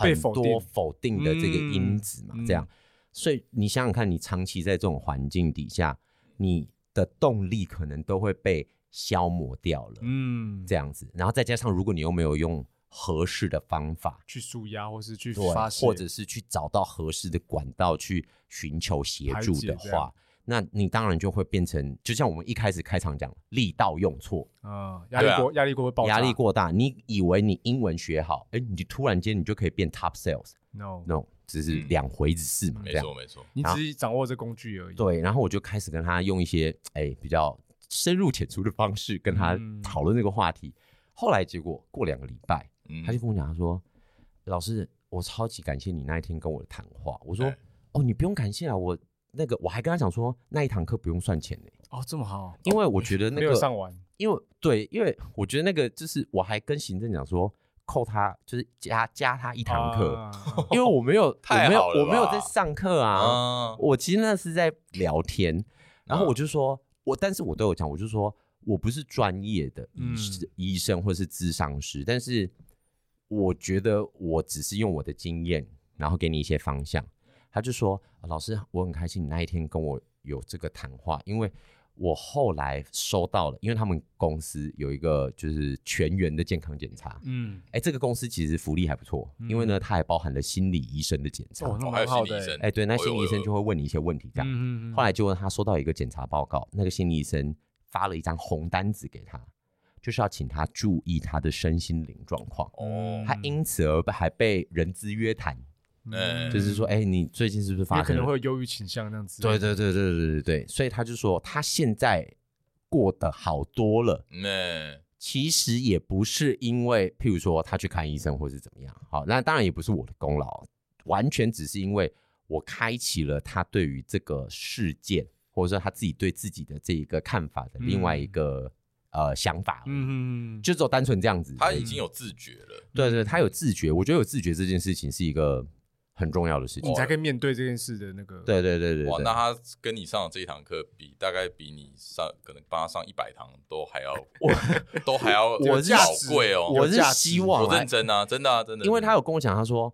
B: 被
C: 很
B: 否
C: 多
B: 定
C: 否定的这个因子嘛，
B: 嗯
C: 这样
B: 嗯，
C: 所以你想想看，你长期在这种环境底下，你的动力可能都会被消磨掉了，
B: 嗯，
C: 这样子。然后再加上，如果你又没有用合适的方法，
B: 去舒压或是去
C: 对
B: 发，泄，
C: 或者是去找到合适的管道去寻求协
B: 排
C: 助
B: 解
C: 的
B: 这样
C: 话。那你当然就会变成，就像我们一开始开场讲，力道用错，
B: 嗯，压力
A: 对啊
B: 锅压力锅会爆炸，
C: 压力过大，你以为你英文学好，哎，你突然间你就可以变 top sales，
B: no，
C: 那、no, 只是
A: 嗯
C: 两回子事嘛，
A: 没
C: 这样
A: 错，没错。
B: 你只是掌握这工具而已，
C: 对。然后我就开始跟他用一些哎比较深入浅出的方式跟他
B: 嗯
C: 讨论这个话题。后来结果过两个礼拜，
A: 嗯
C: 他就跟我讲，他说：“老师，我超级感谢你那一天跟我的谈话。”我说
A: 哎：“
C: 哦，你不用感谢啊，我那个我还跟他讲说那一堂课不用算钱呢、
B: 哦，这么好，
C: 因为我觉得那
B: 没
C: 个
B: 有上完，
C: 因为对，因为我觉得那个就是我还跟行政讲说，扣他，就是加加他一堂课，
B: 啊
C: 因为我没有，我
A: 太
C: 没有
A: 好，了
C: 我没有
A: 吧
C: 在上课啊，
A: 啊，
C: 我其实那是在聊天，然
A: 嗯
C: 后我就说，我但是我都有讲，我就说我不是专业的医
B: 嗯
C: 师、医生或是咨商师，但是我觉得我只是用我的经验，然后给你一些方向。他就说，啊老师，我很开心你那一天跟我有这个谈话，因为。我后来收到了，因为他们公司有一个就是全员的健康检查，
B: 嗯，
C: 哎、这个公司其实福利还不错，因为呢，它还包含了心理医生的检查。
B: 哦，那
A: 哦还
B: 蛮
A: 有心
B: 好
A: 理
B: 的
A: 医
B: 欸，
A: 生，
C: 哎、对，那
A: 哦有
C: 心理医生
A: 有
C: 就会问你一些问题，这
B: 嗯
C: 样。
B: 嗯嗯
C: 后来结果他收到一个检查报告，那个心理医生发了一张红单子给他，就是要请他注意他的身心灵状况。
A: 哦，
C: 他因此而被还被人资约谈，
B: 嗯
A: 哎
C: 就是说，哎、你最近是不是
B: 也
C: 发
B: 可
C: 生
B: 能会
C: 了？
B: 有忧郁倾向那样子。
C: 对对对对对对对，所以他就说他现在过得好多了。
A: 嗯那
C: 其实也不是因为，譬如说他去看医生或是怎么样，好，那当然也不是我的功劳，完全只是因为我开启了他对于这个事件，或者说他自己对自己的这一个看法的另外一
A: 嗯
C: 个、呃想法，嗯，
B: 嗯，嗯嗯，
C: 就只有单纯这样子。
A: 他已经有自觉了，
C: 对对，他有自觉，我觉得有自觉这件事情是一个很重要的事情
B: 你。才可以面对这件事的那个。，
C: 对对对对
A: 哇，
C: 对
A: 那，他跟你上的这一堂课比，大概比你上可能帮他上一百堂都还 要，都还要
C: 我
A: 宝
C: 是
A: 贵哦。
C: 我是
B: 有价值
C: 希望
A: 我
C: 啊
A: 认真啊，真的啊，真的，
C: 因为他有跟我讲，他说，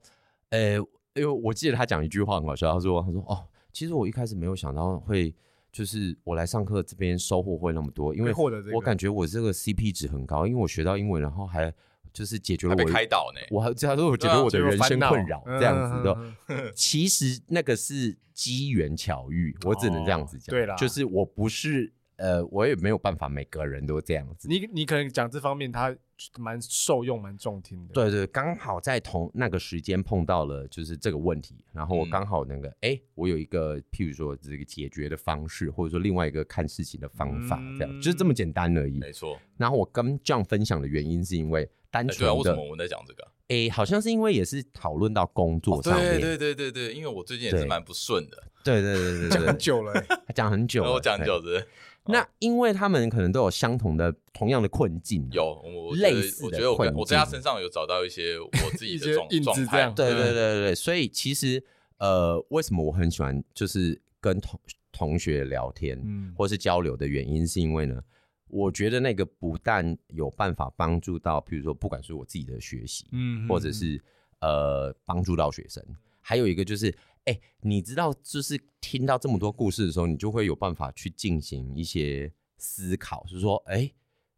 C: 呃，因为我记得他讲一句话很好笑，他说，他说，哦，其实我一开始没有想到会，就是我来上课这边收获会那么多，因
B: 会
C: 为
B: 获得这个
C: 我感觉我这个 CP 值很高，因为我学到英文，然后还就是解决了
A: 还
C: 我
A: 被开
C: 一，
A: 导呢。
C: 我还他说我解决
A: 对啊
C: 我的人生困扰
B: 嗯
C: 这样子的，
B: 嗯嗯
C: 其实那个是机缘巧遇，我只能这样子讲，
B: 哦对啦
C: 就是我不是。呃，我也没有办法，每个人都这样子。
B: 你你可能讲这方面，他蛮受用、蛮中听的。，
C: 对对，刚好在同那个时间碰到了就是这个问题，然后我
A: 嗯
C: 刚好那个哎、诶我有一个譬如说这个解决的方式，或者说另外一个看事情的方法，这样、就是这
A: 嗯
C: 么简单而已。
A: 没错，
C: 然后我跟 John 分享的原因是因为单
A: 哎对啊，
C: 纯
A: 为
C: 的
A: 什么我们在讲这个啊？
C: 哎、好像是因为也是讨论到工作上
A: 哦
C: 面，
A: 对对对对对，因为我最近也是
C: 对
A: 蛮不顺的，
C: 对对对对
B: 讲
C: 对
B: 很
C: 对，
B: 久了欸，
C: 他讲很久
A: 然
C: 了，
A: 后我 讲
C: 对
A: 久哦子
C: 那因为他们可能都有相同的同样的困境啊，
A: 有我我觉得
C: 类似的
A: 我觉得我跟
C: 困境
A: 我在他身上有找到一些我自己
B: 一
A: 的
B: 些
A: 状
B: 印
A: 状
B: 子这
A: 态
B: 样，
C: 对对对对对，所以其实呃，为什么我很喜欢就是跟同同学聊天、
B: 嗯，
C: 或是交流的原因，是因为呢，我觉得那个不但有办法帮助到，譬如说，不管是我自己的学习，
B: 嗯
C: 或者是呃帮助到学生，还有一个就是。哎，你知道，就是听到这么多故事的时候，你就会有办法去进行一些思考，就是说，哎，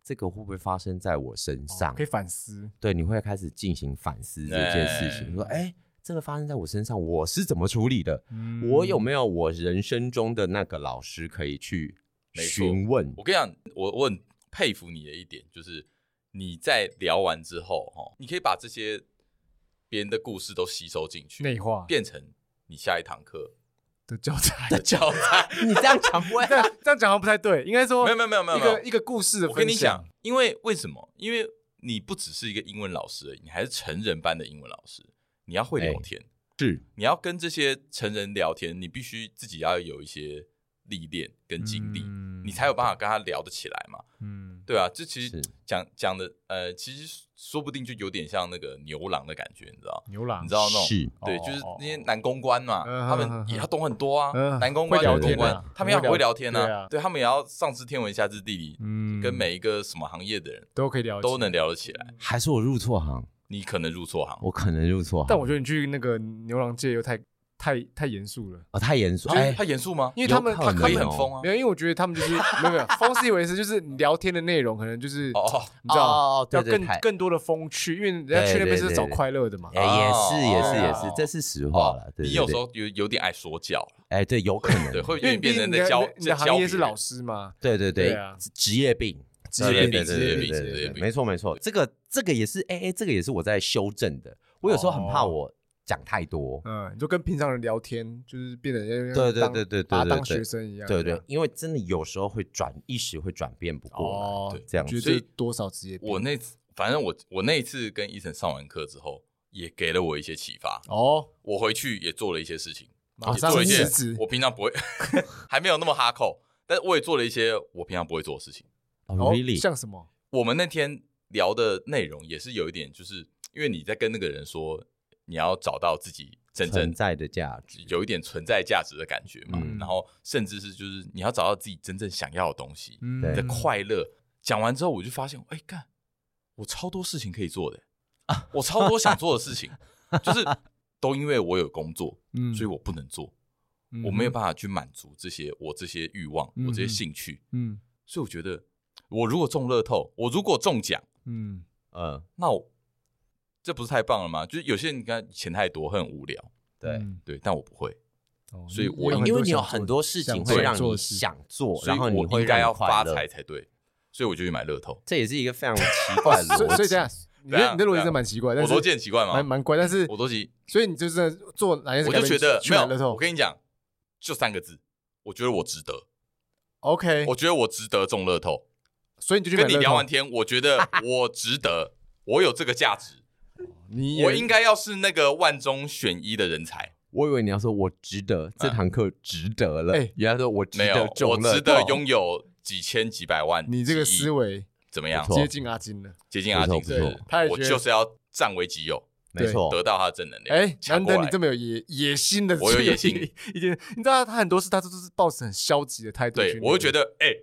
C: 这个会不会发生在我身上？
B: 哦可以反思。
C: 对，你会开始进行反思这件事情，
A: 哎
C: 说，哎，这个发生在我身上，我是怎么处理的？
B: 嗯
C: 我有没有我人生中的那个老师可以去
A: 没错
C: 询问？
A: 我跟你讲，我我很佩服你的一点，就是你在聊完之后，哦，你可以把这些别人的故事都吸收进去，
B: 内化
A: 变成你下一堂课
B: 嗯的教材？
A: 的教材。
C: 你这样讲不会
B: 这样这样讲好像不太对，应该说
A: 没有没有没有没有
B: 一
A: 没有
B: 个一个故事的
A: 我
B: 分享。
A: 跟你讲，因为为什么？因为你不只是一个英文老师而已，你还是成人班的英文老师，你要会聊
C: 哎
A: 天，
C: 是
A: 你要跟这些成人聊天，你必须自己要有一些历练跟经历，
B: 嗯
A: 你才有办法跟他聊得起来嘛。
B: 嗯，
A: 对啊，这其实
C: 是
A: 讲讲的，呃，其实说不定就有点像那个牛郎的感觉，你知道？
B: 牛郎
A: 你知道那种
C: 是
A: 对，
B: 哦
A: 就是
B: 啊哦
A: 那些男公关嘛，
B: 嗯
A: 他
B: 嗯
A: 们
B: 嗯
A: 也要懂很多啊，
B: 嗯
A: 男公关、
B: 会
C: 聊
A: 女公
C: 天
A: 关
B: 啊，
A: 他们也很会聊天
B: 对
A: 啊
B: 啊，
A: 对他们也要上知天文下知地理，
B: 嗯
A: 跟每一个什么行业的人
B: 都可以聊，
A: 都能。聊得起来。
B: 嗯
C: 还是我入错行？
A: 你可能入错行，
C: 我可能入错行，
B: 但我觉得你去那个牛郎界又太太太严肃了，
C: 哦太严肃，
A: 哎，
C: 哎，
A: 他严肃吗？
B: 因为他们
C: 有
B: 他
C: 可能
B: 可
A: 可
B: 以
A: 以
B: 很
A: 很
C: 哦
A: 疯啊
B: 没。有，因为我觉得他们就是 没有没有，封思以为是就是你聊天的内容可能就是
A: 哦哦，
B: 你知道
C: 哦哦对
B: 要
C: 对
B: 更
C: 太
B: 更多的风趣，因为人家去那边是找快乐的嘛。
C: 哎
A: 哦
C: 也是也是也
B: 哦
C: 是，这是实话了。对
A: 你
C: 对
A: 有时
C: 对
A: 候有有点爱说教，
C: 哎对，有可能
A: 对，会有
B: 因为你
A: 点
B: 毕
A: 变
B: 竟
A: 成
B: 你
A: 在
B: 的
A: 教
B: 你的
A: 在
B: 行
A: 教别
B: 业是老
A: 人
B: 师嘛，
C: 对对对
B: 对啊，
C: 职职业病，职
A: 业病
C: 对
A: 职业病
C: 对对
A: 职业
C: 对对
A: 病
C: 没错没错，这个这个也是，哎哎，这个也是我在修正的。我有时候很怕
B: 哦
C: 我讲太多，
B: 嗯，你就跟平常人聊天，就是变得要
C: 对对
B: 当
C: 对对对
B: 把他
C: 对
B: 当
C: 对
B: 学生一样，
C: 对
B: 这
C: 对
B: 样，，
C: 因为真的有时候会转一时会转变不过来，
B: 哦
A: 对，
C: 这样
B: 觉得
A: 所以
B: 这多少职业病，
A: 我那次，反正我我那一次跟伊森上完课之后，也给了我一些启发。
B: 哦，
A: 我回去也做了一些事情，
B: 马
A: 也
B: 哦上
A: 做了一些
B: 辞职
A: 我平常不会， 还没有那么哈扣，但是我也做了一些我平常不会做的事情。
C: 哦
B: 哦
C: ，really，
B: 像什么？
A: 我们那天聊的内容也是有一点，就是因因为你在跟那个人说你要找到自己真正
C: 存在的价值。
A: 有一点存在价值的感觉嘛，
C: 嗯
A: 然后甚至是就是你要找到自己真正想要的东西，
B: 嗯
C: 对
A: 的快乐。讲完之后，我就发现，哎、干，我超多事情可以做的，
C: 啊
A: 我超多想做的事情，就是都因为我有工作，
B: 嗯
A: 所以我不能做，
C: 嗯
A: 我没有办法去满足这些我这些欲望，我这些
B: 嗯嗯
A: 兴趣。
B: 嗯
A: 所以我觉得，我如果中乐透，我如果中奖，
B: 嗯
C: 嗯，
A: 那我这不是太棒了吗？就是有些人你看钱太多，会很无聊，
C: 对，
B: 嗯
A: 对，但我不会，
B: 哦
A: 所以
B: 你
A: 我
B: 有
A: 应
B: 很
C: 因为
B: 多
C: 你有
B: 想做
C: 很多事情
B: 做
C: 会让
B: 做
C: 你
B: 的事哦
C: 想做，
A: 所
C: 然
A: 以
C: 后你
A: 我
C: 会
A: 应该
C: 让
A: 要
C: 你快
A: 发
C: 乐
A: 财，才对，所以我就去买乐透。
C: 这也是一个非 常奇怪的
B: 所以所
C: 逻
B: 以这
C: 辑。
B: 样，你
A: 怎
B: 的
A: 样
B: 你的逻辑
A: 怎
B: 真
A: 样
B: 蛮奇怪，但
A: 啊我
B: 是
A: 多见奇怪吗
B: 蛮？蛮怪，但是
A: 我多奇。
B: 所以你就是真的做哪件事
A: 我
B: 改
A: 就
B: 变，
A: 觉得
B: 去
A: 没
B: 买
A: 有
B: 乐透
A: 我跟你讲，就三个字，我觉得我值得，
B: ，OK，
A: 我觉得我值得中乐透。
B: 所以你就去买
A: 跟你
B: 乐
A: 聊
B: 透
A: 完，天，我觉得我值得， 我有这个价值，
B: 你也
A: 我应该要是那个万中选一的人才，
C: 我以为你要说我值得这堂课值得了
B: 啊哎，
C: 原来说我值
A: 没有
C: 得，中
A: 我
C: 乐
A: 值得
C: 透
A: 拥有几千几百万。
B: 你这个
A: 几亿
B: 思维
A: 怎么样
C: 不？错
B: 接近阿金了，
A: 接近阿金
C: 不
A: 是不
C: 错不
A: 是
C: 错
B: 他也
A: 我
B: 觉得
A: 就是要占为己有，
C: 没错，
A: 得到他的正能量。
B: 哎，
A: 抢
B: 难
A: 过
B: 得
A: 来
B: 你这么有野野心的，
A: 我有野心
B: 已经你知道他很多事他都是抱持很消极的态度去
A: 对
B: 面，
A: 我就觉得哎，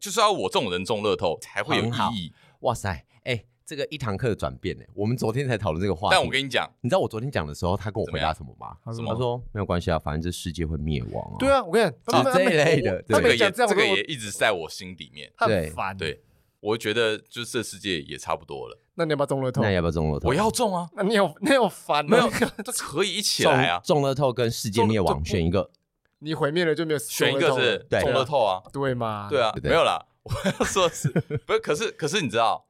A: 就是要我这种人中乐透才会有
C: 很
A: 意
C: 好
A: 义。
C: 哇塞，哎，这个一堂课的转变呢，我们昨天才讨论这个话题。
A: 但我跟你讲，
C: 你知道我昨天讲的时候，他跟我
A: 怎么
C: 回
A: 样
C: 答什么吗？
B: 他
A: 什
B: 说
A: 么
C: 他说没有关系啊，反正这世界会灭亡啊。
B: 对，啊，我跟你讲，
C: 啊这一类的
B: 他
A: 这个
C: 对
B: 们
A: 也
B: 讲这样，
A: 这
B: 我
A: 个
B: 都
A: 也一直在我心里面。
B: 他
C: 对
B: 很烦，
A: 对，我觉得就是这世界也差不多了。
B: 那你要不要中乐透
C: 那？要不要中乐透？
A: 我要 中啊，
B: 那你有那有烦啊
A: 没有
B: 那个
A: 这可以一起
C: 中
A: 来啊，
C: 中乐透跟世界灭
A: 中
C: 亡选一个，
B: 你毁灭了就没有中
A: 选一
B: 乐
A: 个
B: 透
A: 是
B: 了
C: 对
A: 中乐透啊，
B: 对吗？
A: 对啊，
C: 对对
A: 没有啦， 我要说的是，不是？可是可是你知道，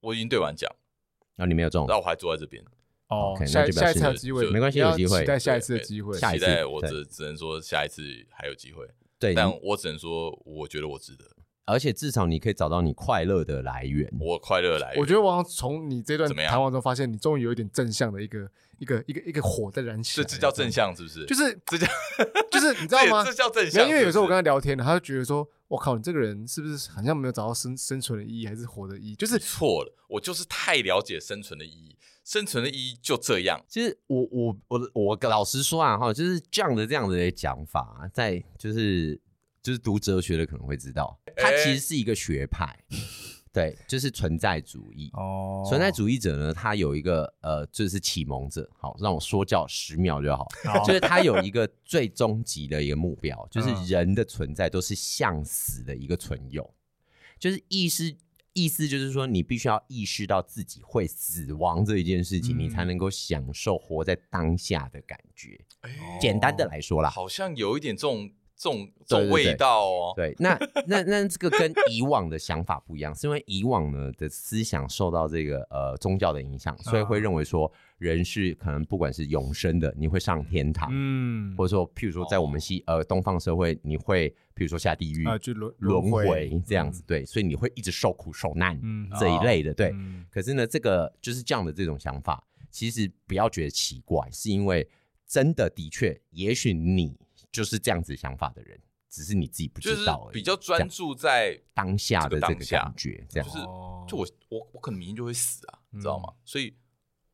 A: 我已经对完奖，
C: 然后啊你没有中
A: 然，后我还坐在这边，
B: 哦
C: OK，，
B: 下
C: 那就
B: 下
C: 表
B: 一
C: 示
B: 次有
C: 你
B: 机会，
A: 就
C: 没关系
B: 你要
C: 有机会
B: 期待下一
A: 对
B: 次哎的
A: 对
B: 机会。
C: 下一
A: 期
C: 次
A: 待我
C: 对
A: 只只能说下一次还有机会，
C: 对，
A: 但
C: 你
A: 我只能说我觉得我值得，
C: 而且至少你可以找到你快乐的来源。
A: 我快乐来源，
B: 我觉得我好像从你这段
A: 怎么样
B: 谈话中发现，你终于有一点正向的一个一个一个一个火在燃起
A: 这
B: 来。
A: 这叫正，向是不是？
B: 就是是
A: 这叫
B: 就是你知
A: 这
B: 道吗
A: 这？叫正
B: 没有
A: 向，
B: 因为有时候我跟
A: 是
B: 他聊天，他就觉得说：“我靠，你这个人是不是好像没有找到生生存的意义，还是活的意义？”就
A: 不
B: 是
A: 是错了，我就是太了解生存的意义，生存的意义就这样，
C: 其实我我我我老实说啊哈，就是这样的这样的讲法啊，在就是就是读哲学的可能会知道，它
A: 哎
C: 其实是一个学派，对，就是存在主义。
B: 哦
C: 存在主义者呢，他有一个呃，就是启蒙者，好，让我说教十秒就好，
B: 好
C: 就是他有一个最终极的一个目标，就是
B: 嗯
C: 人的存在都是向死的一个存有，就是意识意思就是说，你必须要意识到自己会死亡这一件事情，
B: 嗯
C: 你才能够享受活在当下的感觉。
B: 哦
A: 哎
C: 简单的来说啦，
A: 好像有一点这种这种这
C: 对对
A: 种味道哦。
C: 对，那那那这个跟以往的想法不一样，是因为以往呢的思想受到这个呃宗教的影响，所以会
B: 嗯
C: 认为说人是可能不管是永生的，你会上天堂，
B: 嗯
C: 或者说譬如说在我们西呃东方社会，你会譬如说下地狱、
B: 啊，就轮
C: 轮回这样子，，对，所以你会一直受苦受难、
B: 嗯
C: 这一类的，对。
B: 嗯
C: 可是呢，这个就是这样的这种想法，其实不要觉得奇怪，是因为真的的确，也许你就是这样子想法的人，只是你自己不
A: 就是
C: 知道而已。
A: 比较
C: 这
A: 专
C: 样
A: 注在，
C: 当下的这
A: 这个
C: 个
A: 当下
C: 感觉，这样。
A: 就是
B: 哦
A: 就我我我可能明天就会死啊，你知道
C: 嗯
A: 吗？所以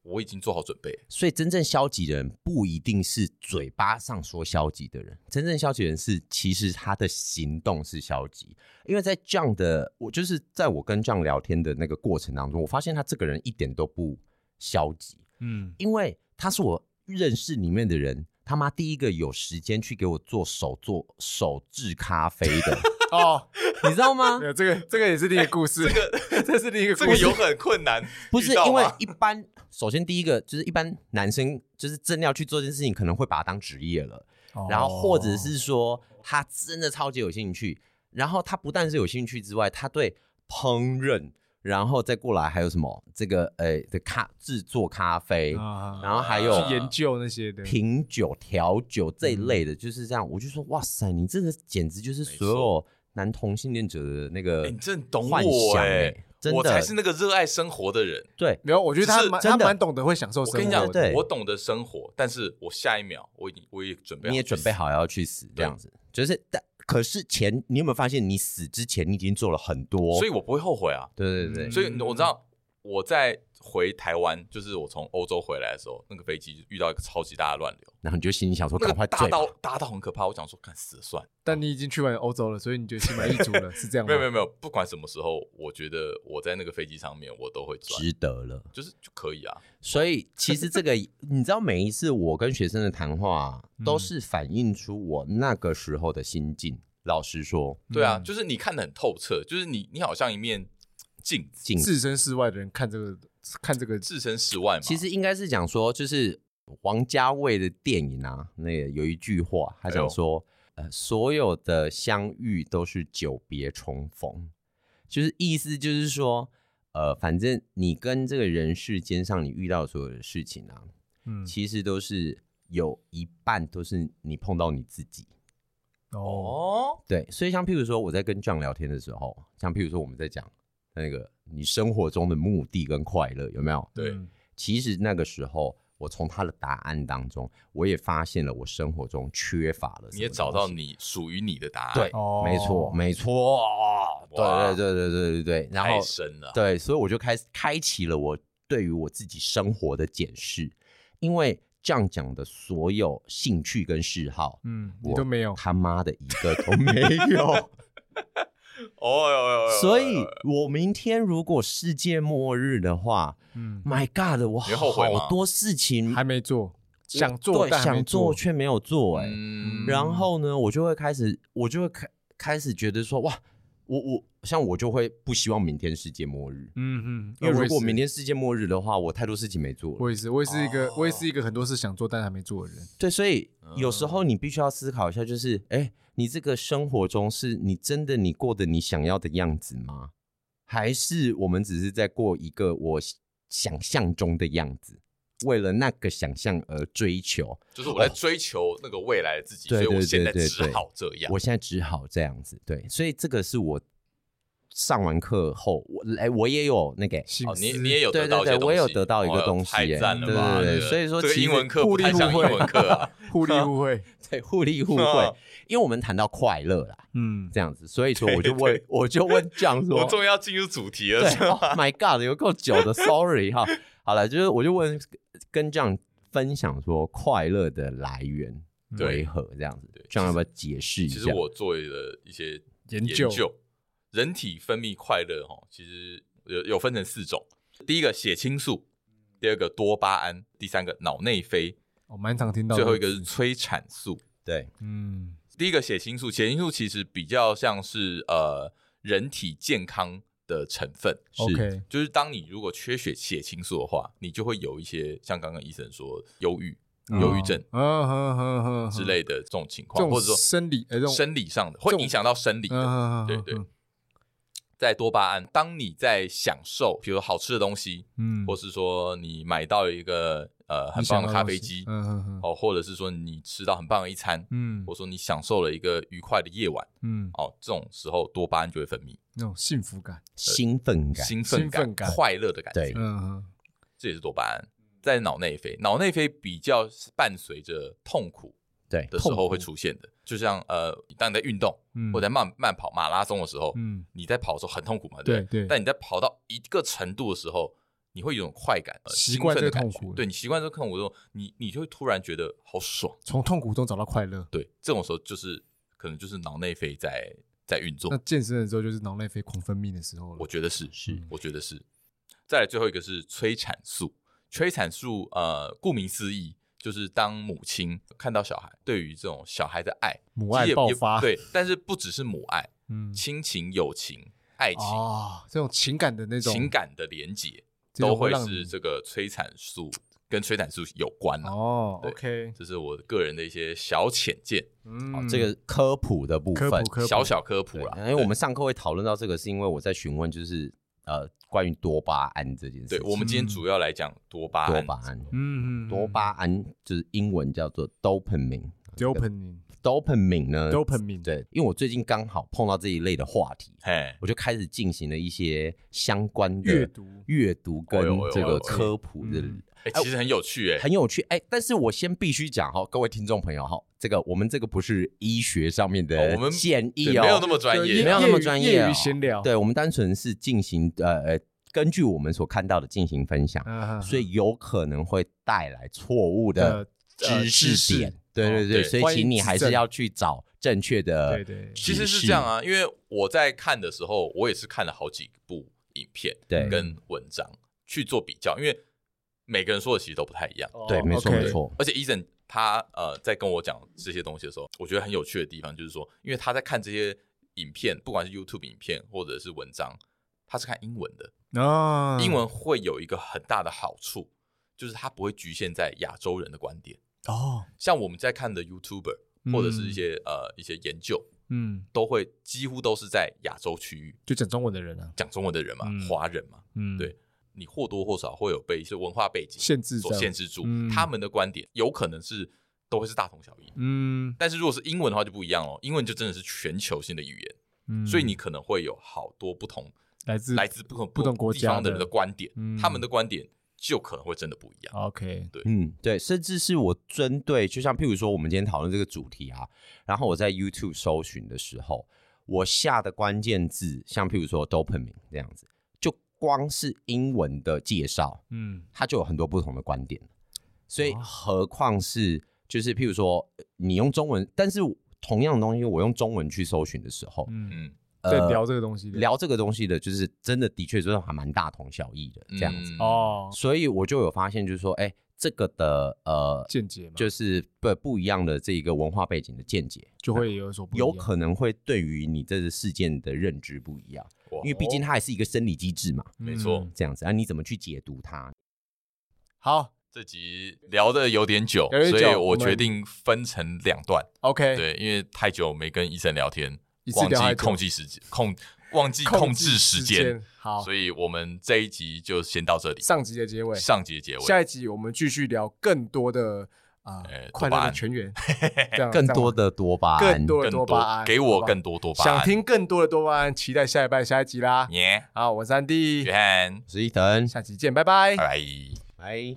A: 我已经做好准备。
C: 所以真正消极的人不一定是嘴巴上说消极的人，真正消极的人是其实他的行动是消极。因为在 John 的我就是在我跟 John 聊天的那个过程当中，我发现他这个人一点都不消极，
B: 嗯
C: 因为他是我认识里面的人，他妈第一个有时间去给我做手做手制咖啡的，
B: 哦，
C: 你知道 吗
B: 没？有这个这个也是另一个故事，这个 这是另一个
A: 这
B: 故
A: 个
B: 事
A: 有很困难，
C: 不是
A: 遇到
C: 因为
A: 吗哎
C: 一般，首先第一个就是一般男生就是真的要去做这件事情，可能会把它当职业了，
B: 哦
C: 然后或者是说他真的超级有兴趣，然后他不但是有兴趣之外，他对烹饪，然后再过来还有什么这个呃的咖制作咖啡，
B: 啊
C: 然后还有
B: 去研究那些的，
C: 品酒、调酒这一类
A: 嗯
C: 的，就是这样。我就说，哇塞，你这个简直就是所有男同性恋者的那个
A: 哎你真的懂
C: 呃幻
A: 我
C: 想
A: 哎
C: 欸真
A: 我才
C: 的
A: 是那个热爱生活的人。
C: 对
B: 没有，我觉得他
A: 就是
B: 蛮
C: 真
B: 他
C: 的
B: 蛮懂得会享受
A: 我
B: 生
A: 跟你
B: 活
A: 讲
B: 的，
C: 哦对
A: 我懂得生活，但是我下一秒我已经我也准备好，
C: 你也准备。好要去死这样子，就是但可是前你有没有发现，你死之前你已经做了很多，
A: 所
C: 以
A: 以我不会后悔啊。
C: 对对对，
B: 嗯
A: 所以我知道我在回台湾，就是我从欧洲回来的时候，那个飞机遇到一个超级大的乱流，
C: 然后你就心里想说，
A: 那
C: 赶快
A: 个大
C: 醉吧
A: 到大到很可怕。我想说，看死了算了。
B: 但你已经去完欧洲了，所以你就心满意足了， 是这样吗？
A: 没有没有没有，不管什么时候，我觉得我在那个飞机上面，我都会转，
C: 值得了。
A: 就是就可以啊。
C: 所以其实这个，你知道，每一次我跟学生的谈话
B: 嗯，
C: 都是反映出我那个时候的心境。老实说，
A: 对啊，
B: 嗯
A: 就是你看得很透彻，就是你你好像一面镜子，
C: 仅
B: 置身事外的人看这个看这个
A: 置身事外嘛。
C: 其实应该是讲说，就是王家卫的电影啊，那个有一句话，他讲说，呃，所有的相遇都是久别重逢，就是意思就是说，呃，反正你跟这个人世间上你遇到的所有的事情啊，
B: 嗯
C: 其实都是有一半都是你碰到你自己。
B: 哦
A: 哦，
C: 对，所以像譬如说我在跟 John 聊天的时候，像譬如说我们在讲那个你生活中的目的跟快乐有没有？
A: 对
B: 嗯
C: 其实那个时候，我从他的答案当中，我也发现了我生活中缺乏了什么东西。
A: 你也找到你属于你的答案，
C: 对，
B: 哦
C: 没错，没错，
A: 哇
C: 对对对对对对对。然
A: 太
C: 后
A: 深了。
C: 对，所以我就开始开启了我对于我自己生活的检视，因为这样讲的所有兴趣跟嗜好，
B: 嗯，你
C: 我
B: 都没有，
C: 他妈的一个都没 有。
A: 哦哟哟哟，
C: 所以，我明天如果世界末日的话
B: 嗯，
C: ，My God，我
A: 你会后悔吗
C: 好多事情
B: 还没做，想做
C: 对
B: 但还没
C: 想做却没有做、哎、
A: 嗯
C: 然后呢，我就会开始，我就会开开始觉得说，哇，我我像我就会不希望明天世界末日，
B: 嗯嗯，
C: 因
B: 我
C: 为如
B: 也
C: 果
B: 是
C: 明天世界末日的话，我太多事情没做了。
B: 我也是，我也是一个，
A: 哦
B: 我也是一个很多事想做但还没做的人。
C: 对，所以有时候你必须要思考一下，就是，哎、你这个生活中是你真的你过的你想要的样子吗？还是我们只是在过一个我想象中的样子，为了那个想象而追求？
A: 就是我在追求那个未来的自己，
C: 对
A: 所以我
C: 对
A: 现在
C: 对对
A: 只
C: 对
A: 好这样。
C: 我现在只好这样子。对，所以这个是我上完课后，我哎，我也有那个。
B: 心
A: 哦，
B: 思
A: 你你也有
C: 对
A: 得到一
C: 对
A: 些
C: 对我有
A: 东西
C: 得到一个
A: 哇
C: 东西
A: 太
C: 耶
A: 赞了
C: 对
A: 吧！
C: 对对
A: 这个
C: 所以说
A: 这个
C: 其
A: 英
C: 实
A: 文课
B: 互
A: 不
B: 利
A: 太
B: 互
A: 像英
B: 惠
A: 文课 啊，
B: 互利互惠，
C: 对互利互惠
A: 啊，
C: 因为我们谈到快乐啦，
B: 嗯，
C: 这样子，所以说我就问，我就问这样
A: 我
C: 说，
A: 终于要进入主题了
C: 对。，Oh my God，有够久的，Sorry 哈。好了，就是我就问跟这样分享说快乐的来源
B: 嗯
C: 为何这样子
A: 对，
C: 这样要不要解释 一
A: 其
C: 下？
A: 实我做了一些
B: 研
A: 究，
B: 究
A: 人体分泌快乐哈，其实有有分成四种，第一个血清素，第二个多巴胺，第三个脑内啡，
B: 我蛮常听到的。
A: 最后一个是催产素。
C: 对，
B: 嗯
A: 第一个血清素，血清素其实比较像是呃人体健康的成分，
B: ，OK，
A: 就是当你如果缺血血清素的话，你就会有一些像刚刚医生说忧郁、忧郁症
B: 嗯哼哼哼
A: 之，类的这种情
B: 这
A: 况，
B: 种
A: 或者说
B: 生理，呃，这种
A: 生理上的会影响到生理
B: 嗯哼
A: 的。
B: 哼哼
A: 对对，在多巴胺，当你在享受，比如说好吃的东西，
B: 嗯，
A: 或是说你买到一个呃很
B: 你想
A: 棒的
B: 到
A: 咖
B: 东
A: 啡
B: 西
A: 机，
B: 嗯哼哼，
A: 哦，或者是说你吃到很棒的一餐，
B: 嗯
A: 或者说你享受了一个愉快的夜晚，
B: 嗯，
A: 哦，这种时候多巴胺就会分泌
B: 那种幸福感，
C: 兴奋感，
A: 兴奋
B: 兴
A: 感、
B: 奋感
A: 快乐的感觉
C: 对，
B: 嗯哼，
A: 这也是多巴胺。在脑内啡，脑内啡比较是伴随着痛苦
C: 对
A: 的时
B: 痛
A: 候
B: 苦
A: 会出现的，就像呃，当你在运动
B: 嗯，
A: 或者在慢慢跑马拉松的时候，
B: 嗯，
A: 你在跑的时候很痛苦嘛，
B: 对
A: 不
B: 对
A: 但你在跑到一个程度的时候，你会有种快感，呃
B: 习惯
A: 兴
B: 这个
A: 奋的感
B: 痛
A: 觉
B: 苦
A: 对你习惯这个痛苦之后，你你就会突然觉得好爽。
B: 从痛苦中找到快乐。
A: 对，这种时候就是可能就是脑内啡在在运作
B: 那，健身的时候就是脑内啡狂分泌的时候了
A: 我。觉得是
C: 是
A: 我觉得是。再来最后一个是催产素，催产素呃，顾名思义。就是当母亲看到小孩，对于这种小孩的爱，
B: 母
A: 其实
B: 爱
A: 也
B: 爆
A: 也
B: 发
A: 对，但是不只是母爱，
B: 嗯，
A: 亲情、友情、爱情、
B: 哦，这种情感的那种
A: 情感的连结，
B: 这种
A: 都会
B: 让
A: 是
B: 你
A: 这个催产素跟催产素有关啊。
B: 哦
A: 对
B: ，OK，
A: 这是我个人的一些小浅见，
C: 好
B: 嗯，
C: 这个科普的部
B: 科
C: 分
B: 普，科普
A: 小小科普
C: 对，
A: 啦。
C: 因为我们上课会讨论到这个，是因为我在询问，就是呃，关于多巴胺这件事
A: 对
C: 情。
A: 对我们今天
B: 嗯
A: 主要来讲多巴
C: 多
A: 胺，
C: 巴胺，
B: 嗯，嗯嗯
C: 多巴胺就是英文叫做 dopamine。
B: dopamine
C: dopamine 呢
B: dopamine
C: 对，因为我最近刚好碰到这一类的话题，
A: 嘿，哎
C: 我就开始进行了一些相关的
B: 阅读
C: 阅读跟
A: 哎呦哎呦
C: 这
A: 哎呦
C: 个科普的
B: 嗯
A: 哎，其实很有趣哎，
C: 很有趣。哎，但是我先必须讲哈，各位听众朋友哈，这个我们这个不是医学上面
A: 哦
C: 的
A: 我们
C: 建议
A: 对
C: 哦，
A: 没有那么专
B: 对
A: 呃业，
B: 业
C: 没有那么
B: 业余
C: 专业
B: 业
C: 哦
B: 余闲聊，
C: 对，我们单纯是进行呃呃根据我们所看到的进行分享，
A: 嗯
B: 啊
C: 所以有可能会带来错误的
B: 呃
C: 知
B: 知识哦
C: 识点。对对
A: 对
C: 对，所
B: 欢
C: 以
B: 迎
C: 请你
B: 指
C: 还
B: 正
C: 是要去找正确的
A: 呃
B: 对对
A: 其实是这样啊，因为我在看的时候，我也是看了好几部影片
C: 对
A: 跟文章去做比较，因为每个人说的其实都不太一样。
C: 对，没错
B: 哦 OK
C: 没错，
A: 而且 Eason 他呃在跟我讲这些东西的时候，我觉得很有趣的地方就是说，因为他在看这些影片，不管是 YouTube 影片或者是文章，他是看英文的，
B: 啊，
A: 英文会有一个很大的好处，就是它不会局限在亚洲人的观点。
B: 哦，
A: 像我们在看的 YouTuber 或者是一些、呃一些研究，
B: 嗯，
A: 都会几乎都是在亚洲区域
B: 就讲中文的人啊，
A: 讲中文的人嘛，
B: 嗯
A: 华人嘛，
B: 嗯，
A: 对你或多或少会有被一些文化背景
B: 限制
A: 所
B: 这样
A: 限制住，
B: 嗯
A: 他们的观点有可能是都会是大同小异。
B: 嗯，
A: 但是如果是英文的话就不一样哦，英文就真的是全球性的语言，
B: 嗯，
A: 所以你可能会有好多不同
B: 来自
A: 来自不同
B: 不同国
A: 地方
B: 家的
A: 的人的观点，
B: 嗯哦
A: 他们的观点就可能会真的不一样。
B: OK，
C: 嗯，对，甚至是我针对，就像譬如说我们今天讨论这个主题啊，然后我在 YouTube 搜寻的时候，我下的关键字，像譬如说 dopamine 这样子，就光是英文的介绍，
B: 嗯，
C: 它就有很多不同的观点，所以
B: 哦
C: 何况是就是譬如说呃你用中文，但是同样的东西我用中文去搜寻的时候，
B: 嗯，
A: 嗯，
B: 在聊这个东西的，
C: 聊这个东西的，就是真的的确就是还蛮大同小异的这样子，
A: 嗯，
B: 哦，
C: 所以我就有发现，就是说，哎，这个的呃。
B: 见解嘛，就
C: 就是不不一样的这一个文化背景的见解，
B: 就会有所不一样
C: 有可能会对于你这个事件的认知不一样，
A: 哇哦
C: 因为毕
B: 哦
C: 竟它还是一个生理机制嘛，
A: 没错
B: 嗯
C: 这样子啊，你怎么去解读
B: 哦
C: 它？
B: 好
A: 这集聊的有点久，
B: 有点久
A: 所以
B: 我
A: 我
B: 们
A: 决定分成两段。
B: ，OK，
A: 对，因为太久没跟医生聊天
B: 一，次
A: 忘
B: 聊太
A: 记
B: 久
A: 控制时间，控忘记控制时间，，
B: 好，
A: 所以我们这一集就先到这里，
B: 上集的结尾，
A: 上集的结尾。
B: 下一集我们继续聊更多的啊
A: 呃
B: 快
A: 多
B: 乐
A: 巴
B: 的
A: 胺
B: 全 员，这样
C: 更多的多巴胺，
B: 更多的
A: 更
B: 多
A: 多
B: 巴胺，
A: 给
B: 好
A: 我
B: 不好
A: 更多多巴胺。
B: 想听更多的多巴胺，期待下一拜下一集啦。
A: 耶，
B: 好，我是安迪
A: 约，翰，
C: 我是伊藤，
B: 下期见，拜拜
A: 拜。拜。
C: 拜。